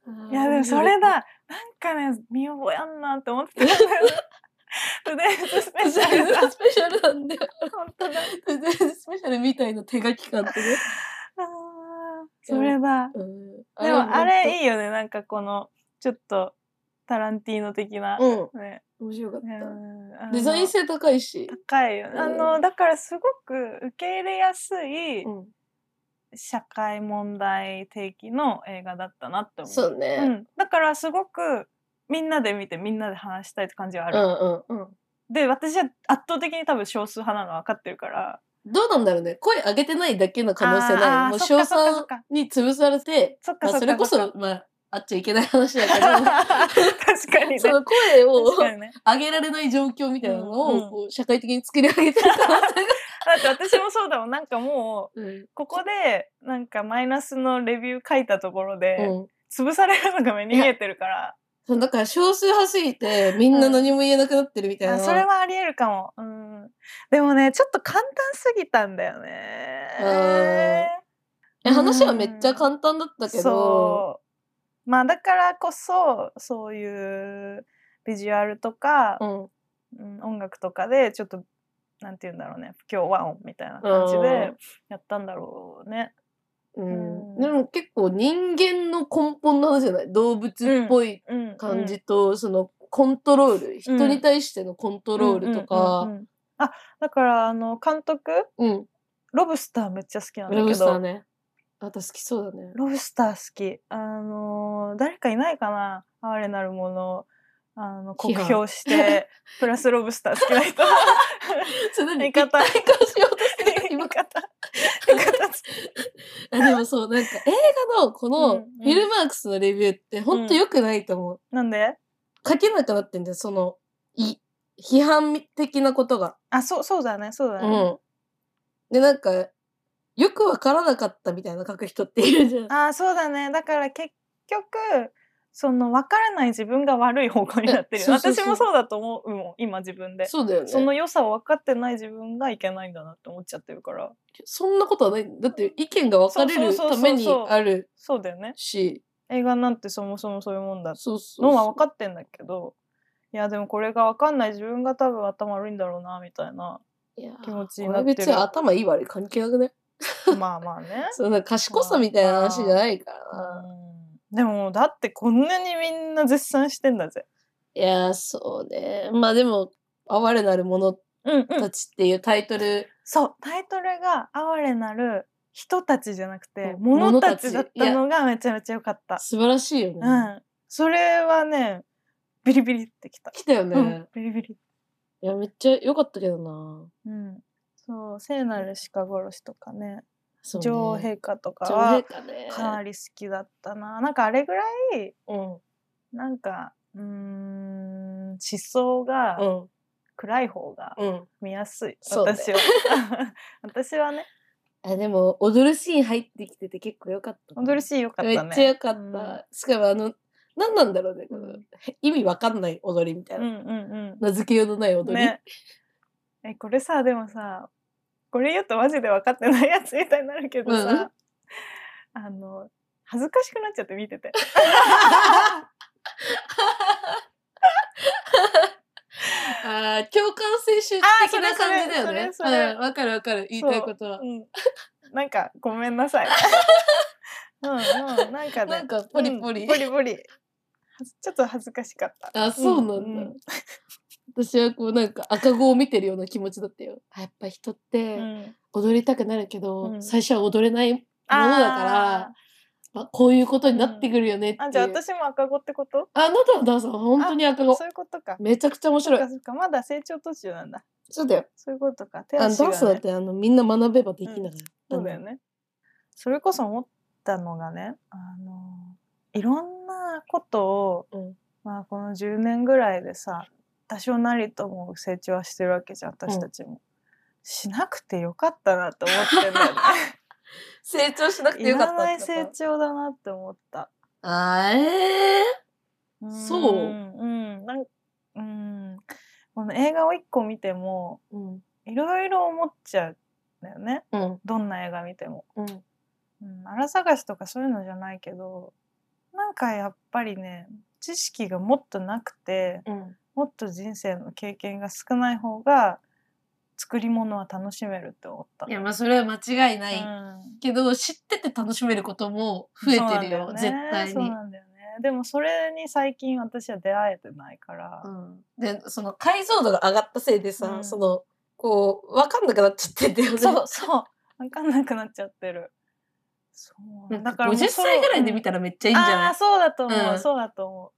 Speaker 1: うん。
Speaker 2: いやでもそれだなんかね見覚えあんなって思って たんだよね。トゥデイズス
Speaker 1: トゥデ
Speaker 2: ペ
Speaker 1: イズ
Speaker 2: シャルだ。
Speaker 1: スペシャルなんだよ。
Speaker 2: 本当だ。
Speaker 1: トゥデイズスペシャルみたいな手書き感ってね。
Speaker 2: あーそれだ。
Speaker 1: うん
Speaker 2: でもあれ
Speaker 1: い。
Speaker 2: いいよねなんかこのちょっとタランティーノ的な。
Speaker 1: うん。
Speaker 2: ね
Speaker 1: 面白かった。
Speaker 2: うんあの
Speaker 1: デザイン性高いし。
Speaker 2: 高いよね。あ
Speaker 1: う
Speaker 2: のだからすごく受け入れやすい
Speaker 1: うん
Speaker 2: 社会問題提起の映画だったなって思う。
Speaker 1: そう
Speaker 2: う
Speaker 1: ね。
Speaker 2: ん、だからすごくみんなで見てみんなで話したいって感じはあ
Speaker 1: う
Speaker 2: る。
Speaker 1: んうんうん。
Speaker 2: で私は圧倒的に多分少数派なの分かってるから
Speaker 1: どうなんだろうね。声上げてないだけの可能性
Speaker 2: あ
Speaker 1: な
Speaker 2: ー
Speaker 1: い。もう
Speaker 2: そっ
Speaker 1: 賞
Speaker 2: かそっかそ
Speaker 1: 賛
Speaker 2: っか
Speaker 1: に潰されて、
Speaker 2: そっか
Speaker 1: まあ、
Speaker 2: そっか
Speaker 1: それこ
Speaker 2: っ
Speaker 1: そ
Speaker 2: か、
Speaker 1: まあ、あっちゃいけない話だけ
Speaker 2: 確かにね
Speaker 1: ど、その声を
Speaker 2: 確かにね
Speaker 1: 上げられない状況みたいなの
Speaker 2: うんうん
Speaker 1: を、こう社会的に作り上げてる可能性が。
Speaker 2: だって私もそうだもんなんかも
Speaker 1: うん
Speaker 2: うここでなんかマイナスのレビュー書いたところで
Speaker 1: うん
Speaker 2: 潰されるのが目に見えてるから、
Speaker 1: そうだから少数派すぎて、みんな何も言えなくなってるみたいな。
Speaker 2: あそれはありえるかも、うん、でもねちょっと簡単すぎたんだよね
Speaker 1: え話はめっちゃ簡単だったけど、
Speaker 2: そうまあだからこそそういうビジュアルとか
Speaker 1: う、ん。
Speaker 2: うん、音楽とかでちょっとなんて言うんだろうね不協和音みたいな感じでやったんだろうね。
Speaker 1: うん
Speaker 2: うん
Speaker 1: でも結構人間の根本の話じゃない動物っぽい
Speaker 2: うん
Speaker 1: 感じと、そのコントロール人に対してのコント
Speaker 2: ト
Speaker 1: ロールとか
Speaker 2: あだからあの監督
Speaker 1: うん
Speaker 2: ロブスターめっちゃ好きなんだけ
Speaker 1: ロ
Speaker 2: ど
Speaker 1: ブスターねあた好きそうだ ね
Speaker 2: ロブスター好きあのー誰かいないかな哀れなるものあの
Speaker 1: 批
Speaker 2: 酷
Speaker 1: 判
Speaker 2: 評してプラスロブスター好き な人
Speaker 1: それ
Speaker 2: 言い
Speaker 1: 何
Speaker 2: 方
Speaker 1: 一体化しようとしてる
Speaker 2: 言い
Speaker 1: 今
Speaker 2: 方言い方
Speaker 1: あでもそうなんか映画のこ
Speaker 2: うんう
Speaker 1: の
Speaker 2: ん
Speaker 1: フィルマークスのレビューってほんと良くないと思う、
Speaker 2: なんで
Speaker 1: 書けなくなってんだよそのい批判的なことが
Speaker 2: あそうそうだねそうだね、
Speaker 1: うんでなんかよくわからなかったみたいな書く人っているじゃん
Speaker 2: あーそうだねだから結局その分からない自分が悪い方向になってる
Speaker 1: え
Speaker 2: よ
Speaker 1: そうそうそう
Speaker 2: 私もそうだと思うもん今自分でそ,、
Speaker 1: そうだよね
Speaker 2: の良さを分かってない自分がいけないんだなって思っちゃってるから
Speaker 1: そんなことはないだって意見が分かれる
Speaker 2: そうそうそうそ
Speaker 1: た
Speaker 2: う
Speaker 1: めにある
Speaker 2: そうだよね
Speaker 1: し
Speaker 2: 映画なんてそもそもそういうもんだ
Speaker 1: そうそう
Speaker 2: のは分かってんだけどいやでもこれが分かんない自分が多分頭悪いんだろうなみたいな気
Speaker 1: 気
Speaker 2: 持
Speaker 1: 持
Speaker 2: ち
Speaker 1: ち
Speaker 2: に
Speaker 1: にな
Speaker 2: なっ
Speaker 1: って
Speaker 2: る
Speaker 1: て別に頭いい悪い関係なくね
Speaker 2: まあまあね
Speaker 1: そうなんか賢さみたいな話じゃないからな
Speaker 2: うんでもだってこんなにみんな絶賛してんだぜ
Speaker 1: いやーそうねまあでも「哀れなる者
Speaker 2: うんう
Speaker 1: たち」っていうタイトル、
Speaker 2: そうタイトルが「哀れなる人たち」じゃなくて
Speaker 1: う
Speaker 2: 「
Speaker 1: ん
Speaker 2: 物たち」
Speaker 1: 物
Speaker 2: だ
Speaker 1: たち
Speaker 2: ったのがめちゃめちゃ良かった
Speaker 1: 素晴らしいよね、
Speaker 2: うんそれはねビリビリってきた、
Speaker 1: 来たよね、
Speaker 2: うんビリビリ
Speaker 1: いやめっちゃ良かったけどな
Speaker 2: うんそう聖なる鹿殺しとかね
Speaker 1: そうね
Speaker 2: 女王陛下とか
Speaker 1: 女王
Speaker 2: は
Speaker 1: 陛下ね
Speaker 2: かなり好きだったななんかあれぐらい
Speaker 1: うん
Speaker 2: なんかうーん思想が
Speaker 1: うん
Speaker 2: 暗い方が
Speaker 1: うん
Speaker 2: 見やすい、
Speaker 1: そうね
Speaker 2: 私は 私はね
Speaker 1: あでも踊るシーン入ってきてて結構良かったな
Speaker 2: 踊るシーンよかった
Speaker 1: め
Speaker 2: ね
Speaker 1: っちゃ良かった、
Speaker 2: うん
Speaker 1: しかもあの何なんだろうね、この
Speaker 2: うん
Speaker 1: 意味わかんない踊りみたいな、
Speaker 2: うんうん
Speaker 1: 名付けようのない
Speaker 2: うん
Speaker 1: 踊り、
Speaker 2: ねえこれさでもさこれ言うとマジで分かってないやつみたいになるけどさ、あの恥ずかしくなっちゃって見 てて
Speaker 1: あー共感性主
Speaker 2: あー
Speaker 1: 的
Speaker 2: それ
Speaker 1: な
Speaker 2: それ
Speaker 1: 感じだよね
Speaker 2: それそれ
Speaker 1: うんわかるわかる言いたいことは
Speaker 2: うん、なんかごめんな さいうんうんなんかね
Speaker 1: なんかポリポリ
Speaker 2: うんポリポリはずちょっと恥ずかしかった
Speaker 1: あそうなんだ、私はこうなんか赤子を見てるような気持ちだったよあやっぱ人っ
Speaker 2: う
Speaker 1: て
Speaker 2: ん
Speaker 1: 踊りたくなるけど、
Speaker 2: うん
Speaker 1: 最初は踊れないものだからまあ、こういうことになってくるよねって
Speaker 2: あ
Speaker 1: いう、
Speaker 2: ーあじゃあ私も赤子ってこと
Speaker 1: あなたのダンスは本当に赤子
Speaker 2: そういうことか
Speaker 1: めちゃくちゃ面
Speaker 2: そ
Speaker 1: 白
Speaker 2: っか
Speaker 1: い
Speaker 2: そっかまだ成長途中なんだ
Speaker 1: そうだよ
Speaker 2: そういうことか手
Speaker 1: あの
Speaker 2: 足が、
Speaker 1: ダ
Speaker 2: ね
Speaker 1: ン、スなんてあのみんな学べばできない、
Speaker 2: そうだよねそれこそ思ったのがねあのいろんなことを、
Speaker 1: うん
Speaker 2: まあこの10年ぐらいでさ多少なりとも成長はしてるわけじゃん私たちも、しなくてよかったなって思ってんだよね
Speaker 1: 成長しなくて
Speaker 2: い
Speaker 1: よかっ
Speaker 2: ら
Speaker 1: た
Speaker 2: ない成長だなって思った
Speaker 1: あーえ
Speaker 2: ーん
Speaker 1: そう
Speaker 2: うんなんうんこの映画を一個見ても
Speaker 1: ー、うん
Speaker 2: いろいろ思っちゃうんだよね
Speaker 1: うん
Speaker 2: どんな映画見ても
Speaker 1: うん
Speaker 2: うん、荒探しとかそういうのじゃないけどなんかやっぱりね知識がもっとなくて
Speaker 1: うん
Speaker 2: もっと人生の経験が少ない方が作り物は楽しめるって思った。
Speaker 1: いやまあそれは間違いない、
Speaker 2: うん
Speaker 1: けど知ってて楽しめることも増えてるよ
Speaker 2: そう
Speaker 1: 絶
Speaker 2: なんだよね
Speaker 1: 対
Speaker 2: そう
Speaker 1: に。
Speaker 2: なんだよねでもそれに最近私は出会えてないから、
Speaker 1: うんでその解像度が上がったせいでさ、
Speaker 2: うん
Speaker 1: そのこう分かんなくなっちゃってんだよね。
Speaker 2: そうそう分かんなくなっちゃってるそう
Speaker 1: なんか
Speaker 2: もう
Speaker 1: 50
Speaker 2: そろ
Speaker 1: 歳ぐらいで見たらめっちゃいいんじ
Speaker 2: あ
Speaker 1: ゃ
Speaker 2: あそうだと思う、
Speaker 1: うん
Speaker 2: そうだと思う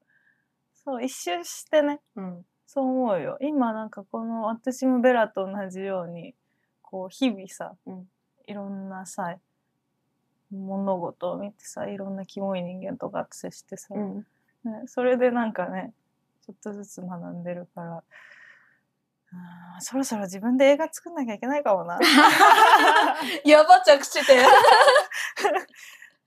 Speaker 2: そう一周してね
Speaker 1: ない、うん、
Speaker 2: そう思うよ。今なんかこの私もベラと同じようにこう日々さ、
Speaker 1: うん
Speaker 2: いろんなさ物事を見てさいろんなキモい人間とかと接してさ、
Speaker 1: うん
Speaker 2: ね、それでなんかねちょっとずつ学んでるからうーんそろそろ自分で映画作んなきゃいけないか もな
Speaker 1: やば着地点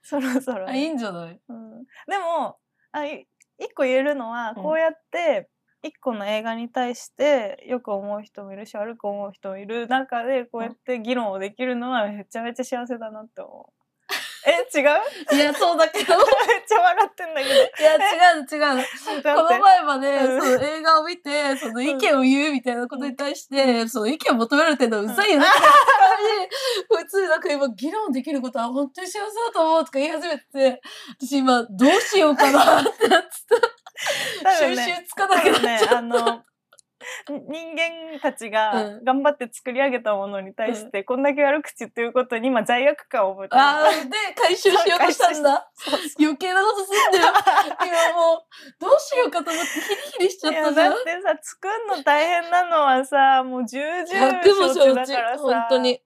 Speaker 2: そろそろ
Speaker 1: あ
Speaker 2: ね、
Speaker 1: いいんじゃない
Speaker 2: うん、でもあい一個言えるのは、
Speaker 1: うん
Speaker 2: こうやって一個の映画に対してよく思う人もいるし悪く思う人もいる中でこうやって議論をできるのはめちゃめちゃ幸せだなって思う。え違う
Speaker 1: いやそうだけど
Speaker 2: めっちゃ笑ってんだけど。
Speaker 1: いや違う違う
Speaker 2: 待って
Speaker 1: この
Speaker 2: 待って
Speaker 1: 前まで、
Speaker 2: うん
Speaker 1: その映画を見てその意見を言うみたいなことに対して、その意見を求められてるのはうざいよね、う普通なんか今議論できることは本当に幸せだと思うとか言い始めて私今どうしようかなってなって
Speaker 2: 多
Speaker 1: た、
Speaker 2: 分ね
Speaker 1: 収集つかなくなっちゃっ
Speaker 2: 多分ねあの人間たちが
Speaker 1: うん
Speaker 2: 頑張って作り上げたものに対して、こんだけ悪口っていうことに今罪悪感を覚えてる
Speaker 1: あーで回収しようとしたんだ
Speaker 2: そうそう
Speaker 1: 余計なことすんだよ 今もうどうしようかと思ってヒリヒリしちゃっ
Speaker 2: いや
Speaker 1: たじゃん
Speaker 2: だってさ作るの大変なのはさもう重々
Speaker 1: 100も
Speaker 2: 承知
Speaker 1: 承
Speaker 2: だ
Speaker 1: 知
Speaker 2: からさ
Speaker 1: 本当に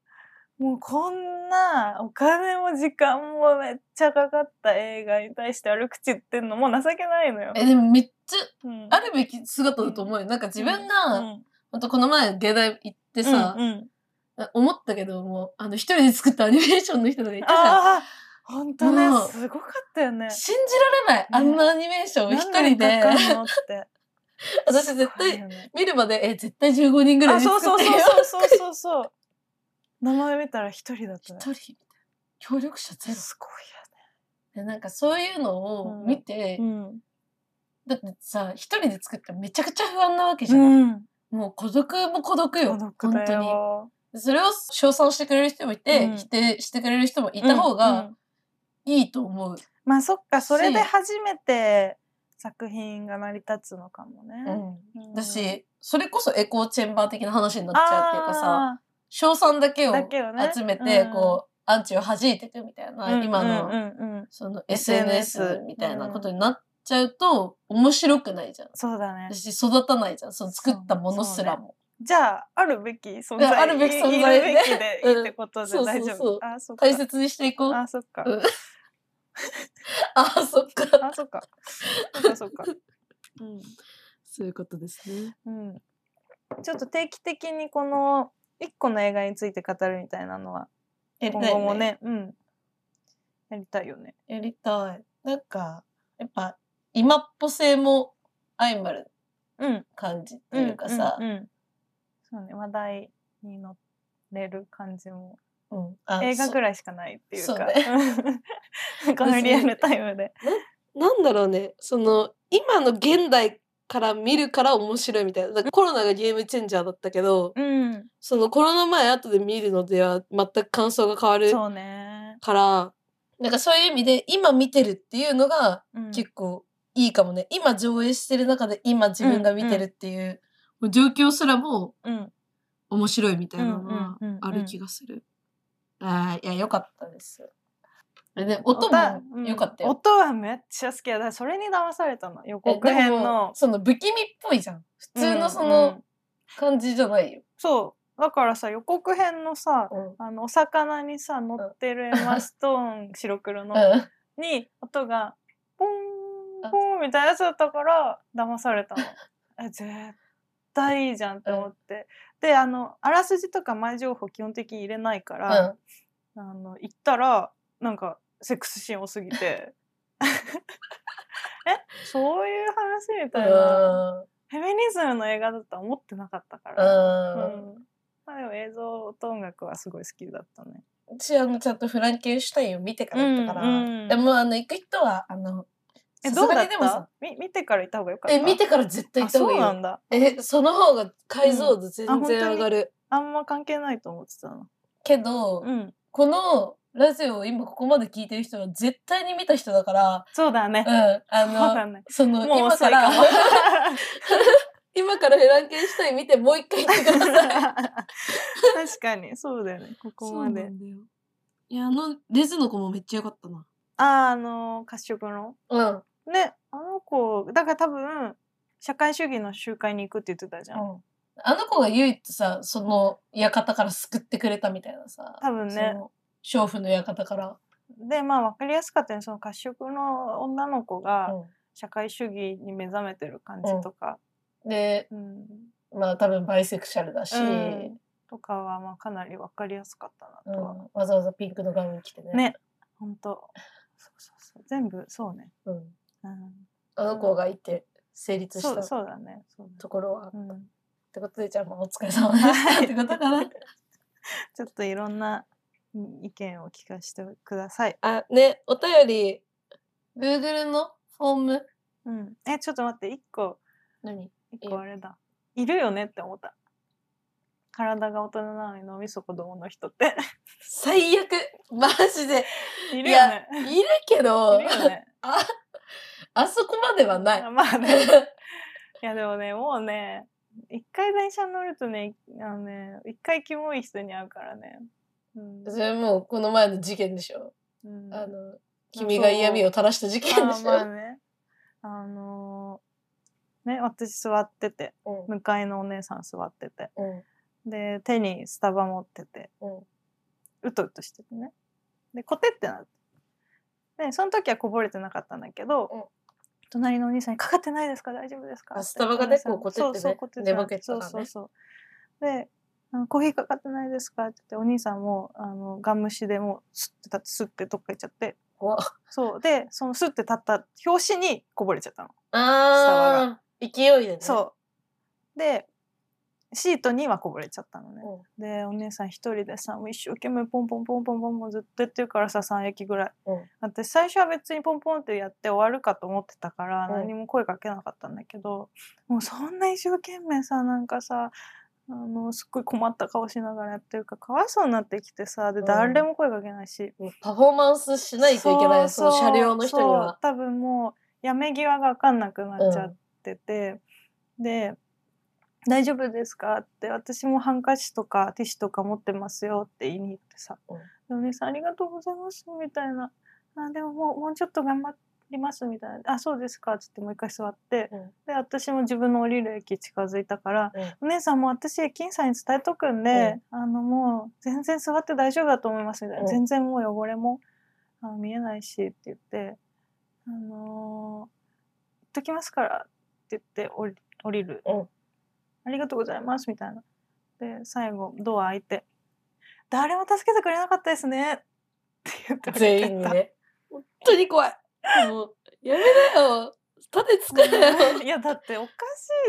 Speaker 2: もうこんなお金も時間もめっちゃかかった映画に対して悪口言ってんのもう情けないのよ。
Speaker 1: えでもめっちゃ
Speaker 2: うん
Speaker 1: あるべき姿だと思うよなんか自分が、
Speaker 2: うん
Speaker 1: ほんとこの前芸大行ってさ、
Speaker 2: うんうん
Speaker 1: 思ったけどもうあの一人で作ったアニメーションの人とかいたじゃん
Speaker 2: あ本当ね、
Speaker 1: うん
Speaker 2: すごかったよね。
Speaker 1: 信じられない。あんなアニメーションを一人で。
Speaker 2: 何年かかんのって。
Speaker 1: 私 絶
Speaker 2: すごい
Speaker 1: 対
Speaker 2: よね
Speaker 1: 見るまで、え、絶対15人ぐらい
Speaker 2: あ、
Speaker 1: で作
Speaker 2: そ
Speaker 1: っ
Speaker 2: うそう
Speaker 1: て
Speaker 2: そ
Speaker 1: る
Speaker 2: う
Speaker 1: よ。
Speaker 2: そうそうそう。名前見たら一人だったね。
Speaker 1: 一人。協力者ゼロ
Speaker 2: すご
Speaker 1: で。なんかそういうのを見て
Speaker 2: い、よね。
Speaker 1: だってさ、一人で作ったらめちゃくちゃ不安なわけじゃ。
Speaker 2: うんん。
Speaker 1: もう孤独も孤独よ。
Speaker 2: 孤独
Speaker 1: 本
Speaker 2: だよ。
Speaker 1: 当に。それを称賛してくれる人もいて、
Speaker 2: うん
Speaker 1: 否定してくれる人もいた方
Speaker 2: うんう
Speaker 1: が
Speaker 2: ん
Speaker 1: いいと思う。
Speaker 2: まあそっか、それで
Speaker 1: し
Speaker 2: 初めて作品が成り立つのかもね。うん
Speaker 1: だし、それこそエコーチェンバー的な話になっちゃうっていうかさ、賞賛だけを
Speaker 2: だけをね
Speaker 1: 集めて、
Speaker 2: うん
Speaker 1: こう、アンチを弾いていくみたいな、
Speaker 2: あー
Speaker 1: 今の、
Speaker 2: うんうんうん
Speaker 1: その
Speaker 2: SNS
Speaker 1: SNS みたいなことになっちゃうと、面白くないじゃん。
Speaker 2: そうだね。
Speaker 1: 私育たないじゃん。その作ったものすらも。
Speaker 2: じゃあ、あるべき存
Speaker 1: い
Speaker 2: 在。
Speaker 1: やあるべき存在で
Speaker 2: いるべきでいいってことで
Speaker 1: うん
Speaker 2: 大
Speaker 1: そ
Speaker 2: 丈
Speaker 1: うそう
Speaker 2: 夫。あ、そっか。
Speaker 1: 大切にしていこう。あ
Speaker 2: あ、そっか
Speaker 1: う。ん あ、そっか。
Speaker 2: あ、そっか。そっか、そっか。うん。
Speaker 1: そういうことですね。
Speaker 2: うんちょっと定期的にこの一個の映画について語るみたいなのは
Speaker 1: やり
Speaker 2: 今
Speaker 1: たい
Speaker 2: 後もね、うん、やりたいよね。
Speaker 1: やりたい。なんか、やっぱ、今っぽ性も相まる
Speaker 2: うん。
Speaker 1: 感じっていうかさ
Speaker 2: う、んうんうんそうね、話題に乗れる感じも。
Speaker 1: うんあ
Speaker 2: 映画
Speaker 1: そ
Speaker 2: ぐらいしかないっていう
Speaker 1: そう
Speaker 2: か。
Speaker 1: ね
Speaker 2: うん このリアルタイムで。
Speaker 1: なんだろうねその今の現代から見るから面白いみたいなだからコロナがゲームチェンジャーだったけど
Speaker 2: うん。
Speaker 1: そのコロナ前後で見るのでは全く感想が変わる
Speaker 2: そうね。
Speaker 1: からなんかそういう意味で今見てるっていうのが
Speaker 2: うん
Speaker 1: 結構いいかもね、今上映してる中で今自分が見てるっていう、もう状況すらも
Speaker 2: うん。
Speaker 1: 面白いみたいなのは
Speaker 2: うんうんうんうん
Speaker 1: ある気がする。ああいや良かったです。で音
Speaker 2: 歌
Speaker 1: も良かった
Speaker 2: うん
Speaker 1: よ。
Speaker 2: 音はめっちゃ好きだ。だからそれに騙されたの。予
Speaker 1: え
Speaker 2: 告編
Speaker 1: でも
Speaker 2: の。
Speaker 1: その不気味っぽいじゃん。普通のそ
Speaker 2: うんう
Speaker 1: の
Speaker 2: ん
Speaker 1: 感じじゃないよ。
Speaker 2: そう。だからさ、予告編のさ、
Speaker 1: うん。
Speaker 2: あの、お魚にさ、乗ってるエマストーン、白黒の、に、音が、ポー
Speaker 1: あ
Speaker 2: ン、ポーンみたいなやつだったから、騙さ れたの。え、絶対いいじゃんって思って。で、あの、あらすじとか前情報基本的に入れないから、あの、行ったら、なんか、セックスシーン多す ぎて、え、そういう話みたいな。フェミニズムの映画だとは思ってなかったから。
Speaker 1: うん。
Speaker 2: うんまあでも映像と音楽はすごい好きだったね。
Speaker 1: 私あのちゃんとフランケンシュタインを見てからだったから、
Speaker 2: うんうん
Speaker 1: でもあの行く人はあの
Speaker 2: え
Speaker 1: さ
Speaker 2: ど
Speaker 1: す
Speaker 2: うだ
Speaker 1: が
Speaker 2: っ
Speaker 1: にでもさ
Speaker 2: たみ見てから行った方がよかった
Speaker 1: え見てから絶対行
Speaker 2: あ
Speaker 1: った方
Speaker 2: そ
Speaker 1: がいうい
Speaker 2: なん
Speaker 1: よ
Speaker 2: だ。
Speaker 1: えその方が解像度全
Speaker 2: うんあ
Speaker 1: 然上がる、
Speaker 2: あんま関係ないと思ってたの。
Speaker 1: けど、
Speaker 2: うん。
Speaker 1: このラジオを今ここまで聞いてる人は絶対に見た人だから
Speaker 2: そうだね
Speaker 1: う。んあ
Speaker 2: そう
Speaker 1: の
Speaker 2: だね。
Speaker 1: その
Speaker 2: もう
Speaker 1: 今
Speaker 2: 遅
Speaker 1: か
Speaker 2: い
Speaker 1: ら
Speaker 2: かも。
Speaker 1: 今からフランケンシュタイン見てもう一回行ってくだ さい
Speaker 2: 確かにそうだよね。ここまで。
Speaker 1: だよいやあのレズの子もめっちゃ良かったな
Speaker 2: ああの褐色の
Speaker 1: うん
Speaker 2: ねあの子だから多分社会主義の集会に行くって言ってたじゃん。
Speaker 1: あの子が唯一さその館から救ってくれたみたいなさ
Speaker 2: 多分ね
Speaker 1: その娼婦の館から、
Speaker 2: でまあ分かりやすかったよねその褐色の女の子が。社会主義に目覚めてる感じとか、
Speaker 1: で
Speaker 2: うん
Speaker 1: まあ多分バイセクシャルだし、
Speaker 2: うんとかはまあかなり分かりやすかった
Speaker 1: う
Speaker 2: なとは、
Speaker 1: んわざわざピンクのガウン着てね
Speaker 2: ねほんとそうそうそう全部そうね、
Speaker 1: うん、
Speaker 2: うん、
Speaker 1: あの子がいて成立し
Speaker 2: そう
Speaker 1: た
Speaker 2: そうだねそう
Speaker 1: ところは、
Speaker 2: だね、
Speaker 1: っ
Speaker 2: うん、
Speaker 1: てことでじゃあまあお疲れ様でしたってことかな
Speaker 2: ちょっといろんなうん意見を聞かせてください、
Speaker 1: あねお便り Google のフォーム
Speaker 2: うん、えちょっと待って一個
Speaker 1: 何
Speaker 2: 一個あれだいるよねって思った体が大人なのに脳みそ子供の人って
Speaker 1: 最悪マジで
Speaker 2: いるよね
Speaker 1: いるけど
Speaker 2: いる よね
Speaker 1: ああそこまでは ない
Speaker 2: あまあねいやでもねもうね一回電車乗るとねあのね一回キモい人に会うからね、うん
Speaker 1: それもうこの前の事件でしょ、
Speaker 2: うん、
Speaker 1: あの君が嫌味を垂らした事件で
Speaker 2: あ
Speaker 1: しょ、
Speaker 2: まあねあのーね私座ってて
Speaker 1: うん
Speaker 2: 向かいのお姉さん座ってて
Speaker 1: うん
Speaker 2: で手にスタバ持ってて
Speaker 1: うん
Speaker 2: うとうとしててねでコテってなってでその時はこぼれてなかったんだけど、
Speaker 1: うん
Speaker 2: 隣のお兄さんに「かかってないですか大丈夫ですか?」
Speaker 1: あ
Speaker 2: って
Speaker 1: スタバがね
Speaker 2: お姉さん
Speaker 1: こうコテってね
Speaker 2: そうそうコテってな
Speaker 1: 寝ぼけてたからね
Speaker 2: そうそうそうであのコーヒーかかってないですかって言って、お兄さんも、あの、ガン虫でもう、すってた、すってどっか行っちゃって。
Speaker 1: 怖っ
Speaker 2: そう。で、そのすって立った拍子にこぼれちゃったの。
Speaker 1: あー勢いでね。
Speaker 2: そう。で、シートにはこぼれちゃったのね。
Speaker 1: う
Speaker 2: で、お姉さん一人でさ、もう一生懸命ポンポンポンポンポンポンずっとやってるからさ、3駅ぐらい。
Speaker 1: うん
Speaker 2: だって最初は別にポンポンってやって終わるかと思ってたから、
Speaker 1: うん
Speaker 2: 何も声かけなかったんだけど、もうそんな一生懸命さ、なんかさ、あの、すっごい困った顔しながらやってるから、かわいそうになってきてさ、で、
Speaker 1: うん
Speaker 2: 誰も声かけないし、
Speaker 1: ん。パフォーマンスしないといけない、その車両の人に
Speaker 2: そう
Speaker 1: は。
Speaker 2: 多分もうやめ際が分かんなくなっちゃってて、で「大丈夫ですか?」って「私もハンカチとかティッシュとか持ってますよ」って言いに行ってさ
Speaker 1: うん
Speaker 2: 「でお姉さんありがとうございます」みたいな「あでももうもうちょっと頑張ります」みたいな「あそうですか」っつってもう一回座って、
Speaker 1: うん
Speaker 2: で私も自分の降りる駅近づいたから
Speaker 1: うん
Speaker 2: お姉さんもう私駅員さんに伝えとくんで、あのもう全然座って大丈夫だと思いますみたいな、
Speaker 1: うん
Speaker 2: 全然もう汚れもあ見えないしって言って「あのー、行っときますから」って言って降り降りる、
Speaker 1: うん
Speaker 2: ありがとうございます」みたいなで最後ドア開いて「誰も助けてくれなかったですね」って言って降りてった
Speaker 1: 全員にね。本当に怖い。もう、やめなよ。盾つくなよ。
Speaker 2: いやだっておか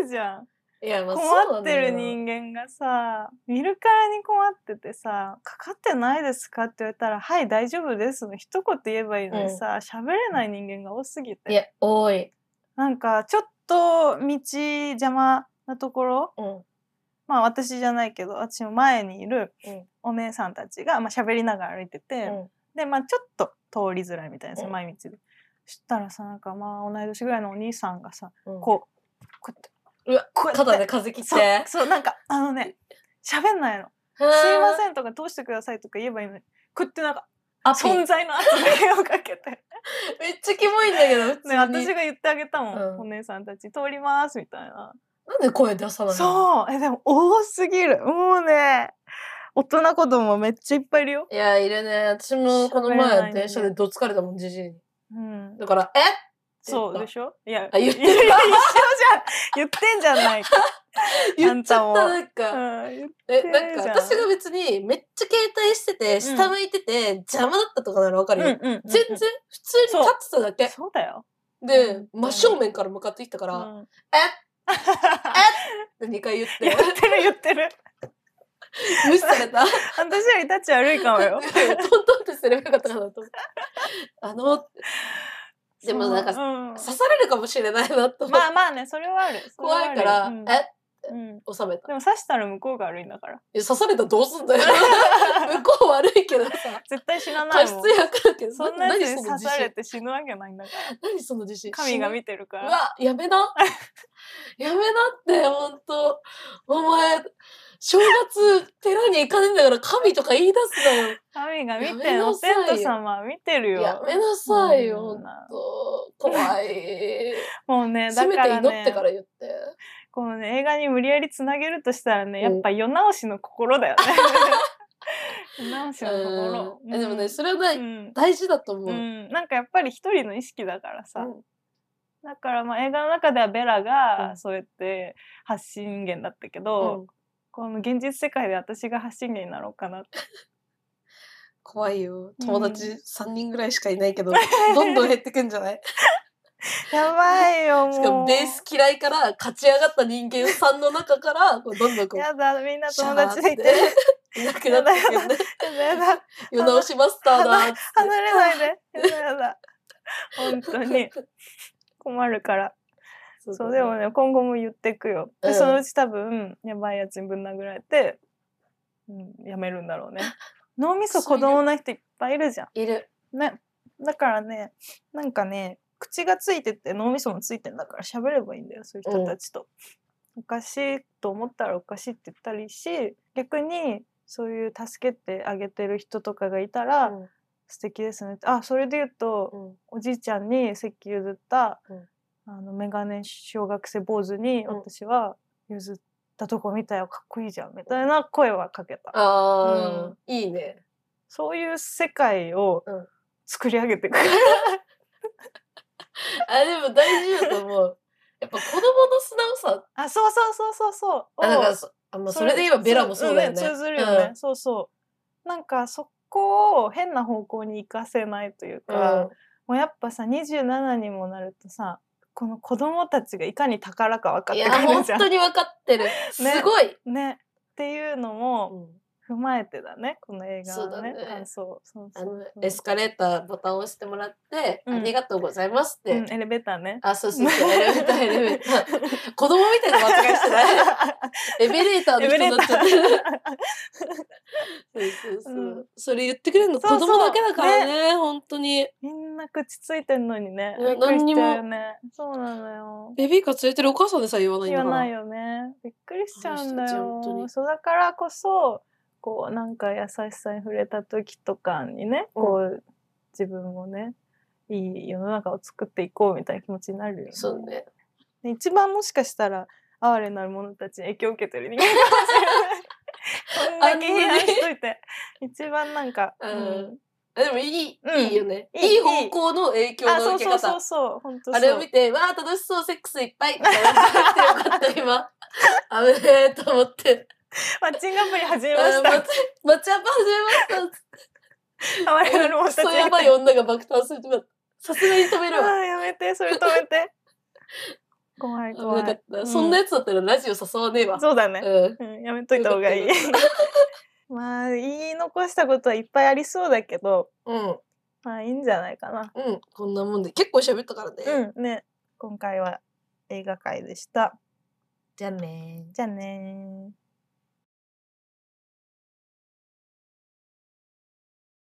Speaker 2: しいじゃん
Speaker 1: いや、まあ、そう
Speaker 2: 困
Speaker 1: な
Speaker 2: っ
Speaker 1: んだ
Speaker 2: て
Speaker 1: よ
Speaker 2: る人間がさ見るからに困っててさ「かかってないですか?」って言われたら「はい大丈夫です」の一言言えばいいのにさ喋、れない人間が多すぎ
Speaker 1: い
Speaker 2: て
Speaker 1: や、多い。
Speaker 2: なんかちょっと道邪魔なところ
Speaker 1: うん。
Speaker 2: まあ私じゃないけど私の前にいる
Speaker 1: うん
Speaker 2: お姉さんたちがまあ喋りながら歩いてて、
Speaker 1: うん
Speaker 2: でまあちょっと通りづらいみたいな
Speaker 1: うん
Speaker 2: 狭い道で。そしたらさなんかまあ同い年ぐらいのお兄さんがさ
Speaker 1: うん
Speaker 2: こうこうやって
Speaker 1: うわ、
Speaker 2: こうやって
Speaker 1: 肩で風切って。す
Speaker 2: そうそうなんかあのね喋んないの「
Speaker 1: います
Speaker 2: いません」とか「どうしてください」とか言えばいいのにこうやってなんか
Speaker 1: あ、ピ
Speaker 2: 存在の圧だけをか けて
Speaker 1: めっちゃキモいんだけど、普通に
Speaker 2: ね私が言ってあげたもん、
Speaker 1: うん
Speaker 2: お姉さんたち「通ります」みたいな、
Speaker 1: なんで声出さないの
Speaker 2: そうえでも多すぎるもうね大人子供めっちゃいっぱいいるよ、
Speaker 1: いや、いるね。私もこの
Speaker 2: 喋らない
Speaker 1: 前、
Speaker 2: んだよ
Speaker 1: 電車でどつかれたもん、じじいに。
Speaker 2: うん、
Speaker 1: だから、え
Speaker 2: そ
Speaker 1: 言
Speaker 2: う
Speaker 1: った
Speaker 2: でしょいや
Speaker 1: あ言ってる
Speaker 2: いや一緒じゃん言ってんじゃないか、
Speaker 1: 言っちゃ
Speaker 2: あ
Speaker 1: っ
Speaker 2: んた
Speaker 1: た、
Speaker 2: も
Speaker 1: なん
Speaker 2: う
Speaker 1: か。
Speaker 2: ん言っ
Speaker 1: え、
Speaker 2: てる
Speaker 1: なんか
Speaker 2: じゃん
Speaker 1: 私が別に、めっちゃ携帯してて、下向いてて、邪魔だったとかならわかるよ。
Speaker 2: うんうんうん
Speaker 1: 全然、普通に立ってただけ。
Speaker 2: そうだよ、
Speaker 1: で、
Speaker 2: うん
Speaker 1: 真正面から向かってきたか
Speaker 2: う
Speaker 1: ら、
Speaker 2: ん、
Speaker 1: で2回言っ、
Speaker 2: 言っててる言ってる
Speaker 1: 無視された。
Speaker 2: 私よりタッチ悪いかも
Speaker 1: ト
Speaker 2: よ
Speaker 1: ントンってすればよかったかなと思って。あの、でもなんか
Speaker 2: そううん
Speaker 1: 刺されるかもしれないなと思って
Speaker 2: まあまあねそれはあるそれは
Speaker 1: 怖
Speaker 2: あ
Speaker 1: いか
Speaker 2: る
Speaker 1: ら、
Speaker 2: うん
Speaker 1: え
Speaker 2: うん
Speaker 1: 収めた。
Speaker 2: でも刺したら向こうが悪いんだから
Speaker 1: いや刺されたらどうすん だよ。向こう悪いけどさ、
Speaker 2: 絶対死なな
Speaker 1: 過
Speaker 2: いも ん
Speaker 1: 失やからけど、
Speaker 2: そんなや
Speaker 1: 何
Speaker 2: つに
Speaker 1: その
Speaker 2: 刺
Speaker 1: 自
Speaker 2: され
Speaker 1: 信。
Speaker 2: て死ぬわけないんだから
Speaker 1: 何その自信。
Speaker 2: 神が
Speaker 1: 死ぬ
Speaker 2: 見てるか
Speaker 1: う
Speaker 2: ら
Speaker 1: わ、やめ な。やめなって、ほんと。お前、正月、寺に行かねえんだから神とか言い出すなよ。
Speaker 2: 神が見
Speaker 1: や
Speaker 2: て
Speaker 1: め
Speaker 2: るお
Speaker 1: なさいよ
Speaker 2: 天道様は見てるよ
Speaker 1: やめなさいよ、ほ
Speaker 2: うん
Speaker 1: んと。怖い。
Speaker 2: もうね
Speaker 1: せ
Speaker 2: だ
Speaker 1: め
Speaker 2: か
Speaker 1: て
Speaker 2: ら
Speaker 1: 祈って
Speaker 2: ね
Speaker 1: から言って。
Speaker 2: このね映画に無理やりつなげるとしたらねや
Speaker 1: うん
Speaker 2: っぱ世直しの心だよね 世直しの心
Speaker 1: うんえでも
Speaker 2: う
Speaker 1: ね、
Speaker 2: ん
Speaker 1: それは大
Speaker 2: うん
Speaker 1: 大事だと思う。
Speaker 2: う
Speaker 1: うん
Speaker 2: んなんかやっぱり一人の意識だからさ、
Speaker 1: う
Speaker 2: だからまあ映画の中ではベラ
Speaker 1: う
Speaker 2: が
Speaker 1: ん
Speaker 2: そうやって発信源だったけど、
Speaker 1: ん
Speaker 2: この現実世界で私が発信源になろうかなって
Speaker 1: 怖いよ。
Speaker 2: うん
Speaker 1: 友達3人ぐらいしかいない けど、どんどん減ってくんじゃない
Speaker 2: やばいよもう
Speaker 1: しかもベース嫌いから勝ち上がった人間さんの中から、こうどんどんこ
Speaker 2: やだみんな
Speaker 1: シャ
Speaker 2: 友
Speaker 1: ー
Speaker 2: 達でいて
Speaker 1: ってう、いなくなってくんね。
Speaker 2: や だやだ
Speaker 1: 世直しマスターだーっつって。
Speaker 2: 離れないでやだやだ 本当に 困るから
Speaker 1: そう
Speaker 2: そうでもね今後も言ってくよで、
Speaker 1: うん
Speaker 2: そのうち多分やばいやつにぶん殴られて、うん、やめるんだろ うね脳みそ子供な人いっぱいいるじゃん
Speaker 1: いる。
Speaker 2: ね、だからねなんかね口がついてて脳みそもついてんだから喋ればいいんだよそういう人たちと。おかしいと思ったらおかしいって言ったりし逆にそういう助けてあげてる人とかがいたら、
Speaker 1: うん
Speaker 2: 素敵ですねってあそれで言うと、
Speaker 1: うん
Speaker 2: おじいちゃんに席譲った、
Speaker 1: うん
Speaker 2: あのメガネ小学生坊主に
Speaker 1: うん
Speaker 2: 私は譲ったとこ見たよかっこいいじゃんみたいな声はかけた。
Speaker 1: あー、いいね。
Speaker 2: そういう世界を
Speaker 1: うん
Speaker 2: 作り上げていく。
Speaker 1: あ、でも大事だと思う。やっぱ子供の素直さ
Speaker 2: あ、そうそうそうそうそう。
Speaker 1: あなん
Speaker 2: を
Speaker 1: かそあまあ、それで言えばベラもそうだよね。
Speaker 2: ん通ずるよね、そうそうなんかそこを変な方向に行かせないという
Speaker 1: うん。
Speaker 2: か、もうやっぱさ27にもなるとさこの子供たちがいかに宝か分か
Speaker 1: うん、
Speaker 2: っ
Speaker 1: い
Speaker 2: て
Speaker 1: や、
Speaker 2: くる
Speaker 1: 本
Speaker 2: じゃ
Speaker 1: 当に分か ってる。すごい。
Speaker 2: ん。ねっていうのも
Speaker 1: うん
Speaker 2: 踏まえてだねこの映画はね。
Speaker 1: そうだね
Speaker 2: あそうそう
Speaker 1: あ
Speaker 2: そう
Speaker 1: の
Speaker 2: そう
Speaker 1: エスカレーターボタンを押してもらって、
Speaker 2: う
Speaker 1: あ
Speaker 2: ん
Speaker 1: りがとうございますって。
Speaker 2: うん、エレベーターね。
Speaker 1: あ、そうそうそう、エレベーター、エレベー ター。 子供みたいな間違いしてない。エベレーターの
Speaker 2: エレ
Speaker 1: 人
Speaker 2: ベ
Speaker 1: に
Speaker 2: ー
Speaker 1: なっ
Speaker 2: タ
Speaker 1: ちゃっ
Speaker 2: ー
Speaker 1: てる。そうそうそう、
Speaker 2: うん
Speaker 1: それ言ってくれるの子
Speaker 2: そうそう
Speaker 1: 供だけだからね、本当に。
Speaker 2: みんな口ついてんのにね。
Speaker 1: いや
Speaker 2: びっくりしちゃう
Speaker 1: 何
Speaker 2: よね。そうなのよ。
Speaker 1: ベビーカー連れてるお母さんでさえ言わないん
Speaker 2: 言
Speaker 1: だ
Speaker 2: わ
Speaker 1: か
Speaker 2: ない
Speaker 1: ら。
Speaker 2: よね。びっくりしちゃうん
Speaker 1: あの人
Speaker 2: だ
Speaker 1: たち本当
Speaker 2: よ。
Speaker 1: に
Speaker 2: そうだからこそ、こうなんか優しさに触れた時とかにね、
Speaker 1: うん
Speaker 2: こう自分もね、いい世の中を作っていこうみたいな気持ちになるよね。
Speaker 1: そうね。
Speaker 2: で一番もしかしたら哀れなる者たちに影響を受けてる人間かもしれ ない。こんだけ批判しといて、一番なんか、
Speaker 1: う
Speaker 2: うんん、
Speaker 1: あでもいい、
Speaker 2: うん
Speaker 1: いいよね。
Speaker 2: いい
Speaker 1: いい方向の影響
Speaker 2: あ、
Speaker 1: の
Speaker 2: そう
Speaker 1: 受け
Speaker 2: そうそう
Speaker 1: 方。
Speaker 2: そう、本当そう。
Speaker 1: あれを見て、わあ、楽しそう、セックスいっぱい。みたいな感じでよかった、今。あぶねえと思って。
Speaker 2: マッチングアプリ始めま
Speaker 1: あ
Speaker 2: し
Speaker 1: ーマッ
Speaker 2: た
Speaker 1: チマッチアップ始めました。
Speaker 2: 哀れなる
Speaker 1: ク
Speaker 2: 者たち
Speaker 1: ソやばい女が爆誕するとかさすがに止めるわ
Speaker 2: あーやめてそれ止 めて怖い
Speaker 1: 危
Speaker 2: 怖
Speaker 1: なか
Speaker 2: い
Speaker 1: っ、た、そんなやつだったらラジオ誘わねえわ
Speaker 2: そうだね、
Speaker 1: う
Speaker 2: うんやめといた方がいい
Speaker 1: よか
Speaker 2: まあ言い残したことはいっぱいありそうだけど
Speaker 1: んうん
Speaker 2: まあいいんじゃないかな
Speaker 1: うんこんなもんで結構喋ったからね、
Speaker 2: うんね今回は映画界でした
Speaker 1: じゃあねー
Speaker 2: じゃあねー